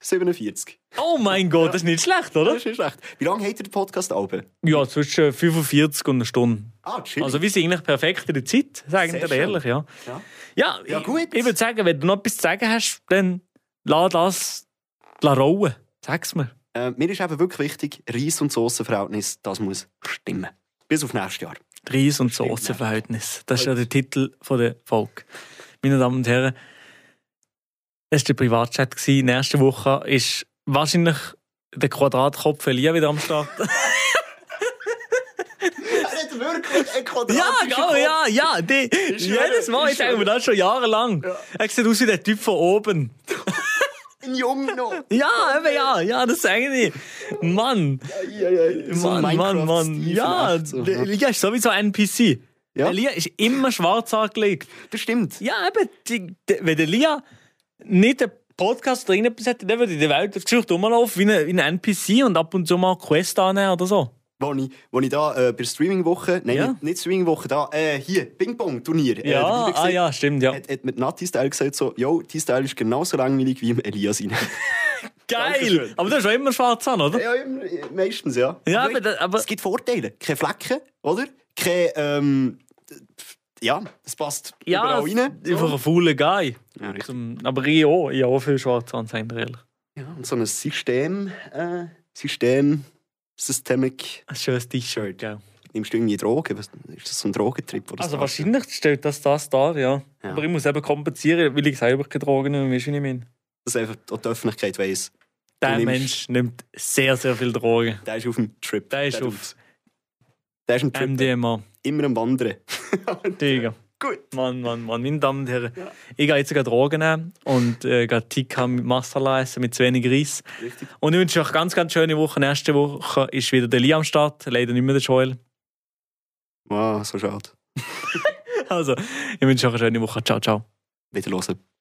47.
Oh mein Gott, das ist nicht schlecht,
Das
oder?
ist nicht schlecht. Wie lange hat der Podcast oben?
Ja, zwischen 45 und einer Stunde.
Ah, chill.
Also wir sind eigentlich perfekt in der Zeit, sagen
Sehr
wir dir
schön.
ehrlich, ja.
Ja.
Ja,
Ja,
ich-
gut.
Ich würde sagen, wenn du noch etwas zu sagen hast, dann lass das lass rollen. Sag's mir.
äh, mir ist eben wirklich wichtig, Reis- und Soßenverhältnis, das muss stimmen. Bis auf nächstes Jahr.
Reis- und
Stimmt, ja.
Soßenverhältnis. Das ist ja der Titel von der Folge. Meine Damen und Herren, das war der Privatchat. gewesen. Nächste Woche ist wahrscheinlich der Quadratkopf Elia wieder am Start.
Er hat wirklich ein
ja, genau, ja, ja. Die,
schwöre,
jedes Mal,
ich
ich denke mir
schwöre.
das schon jahrelang.
Ja.
Er sieht aus wie der Typ von oben.
Ein Junge noch.
Ja, eben ja, ja, das sage ich. Mann, Mann, Mann, Mann. Ja,
ne?
der Elia ist sowieso ein NPC.
Ja.
Elia ist immer schwarz angelegt.
Das stimmt.
Ja, eben, die, die, wenn der Lia nicht einen Podcast oder irgendetwas hätte, dann würde in der Welt auf die Geschichte rumlaufen wie ein, wie ein NPC und ab und zu mal Quest annehmen oder so.
Wo ich, wo ich da äh, bei der Streaming-Woche, nein,
Ja.
nicht, nicht Streaming-Woche, da, äh, hier, Ping-Pong-Turnier. äh,
Ja,
dabei
ah
gewesen.
ja, stimmt, ja.
Hat, hat mit Nati Style gesagt, so, yo, die Style ist genauso langweilig wie im Elias rein.
Geil!
Dankeschön.
Aber du hast schon immer schwarz an, oder?
ja, im- äh, meistens, ja.
Ja, aber da- aber-
es gibt Vorteile. Keine Flecken, oder? kein. Ähm, ja, es passt
Ja,
überall rein. So.
einfach ein fauler Guy.
Ja, richtig.
Zum, aber ich auch. Ich habe auch viel Schwarzhandsender, ehrlich.
Ja, und so ein System. Äh, System. Systemic.
Ein schönes T-Shirt, gell.
Nimmst du irgendwie Drogen? Was, ist das so ein Drogentrip? Oder
Also wahrscheinlich stellt das das dar, ja.
Ja.
Aber ich muss eben kompensieren, weil ich selber keine Drogen nehme, weißt du, wie ich meine?
Dass einfach auch die Öffentlichkeit weiss,
Der
nimmst-
Mensch nimmt sehr, sehr viel Drogen.
der ist auf dem Trip.
Der ist auf-
tut's. Der ist am Trip.
MDMA.
Immer am Wandern.
Digga.
Gut.
Mann, Mann, Mann, meine Damen und Herren. Ich gehe jetzt sogar Drogen nehmen und äh, gehe Tikka mit Masala essen, mit zu wenig Reis.
Richtig.
Und ich wünsche euch ganz, ganz schöne Woche. Nächste Woche ist wieder der Lee am Start. Leider nicht mehr der Joel.
Wow, Ah, so schade.
Also, ich wünsche euch eine schöne Woche. Ciao, ciao.
Wieder hören.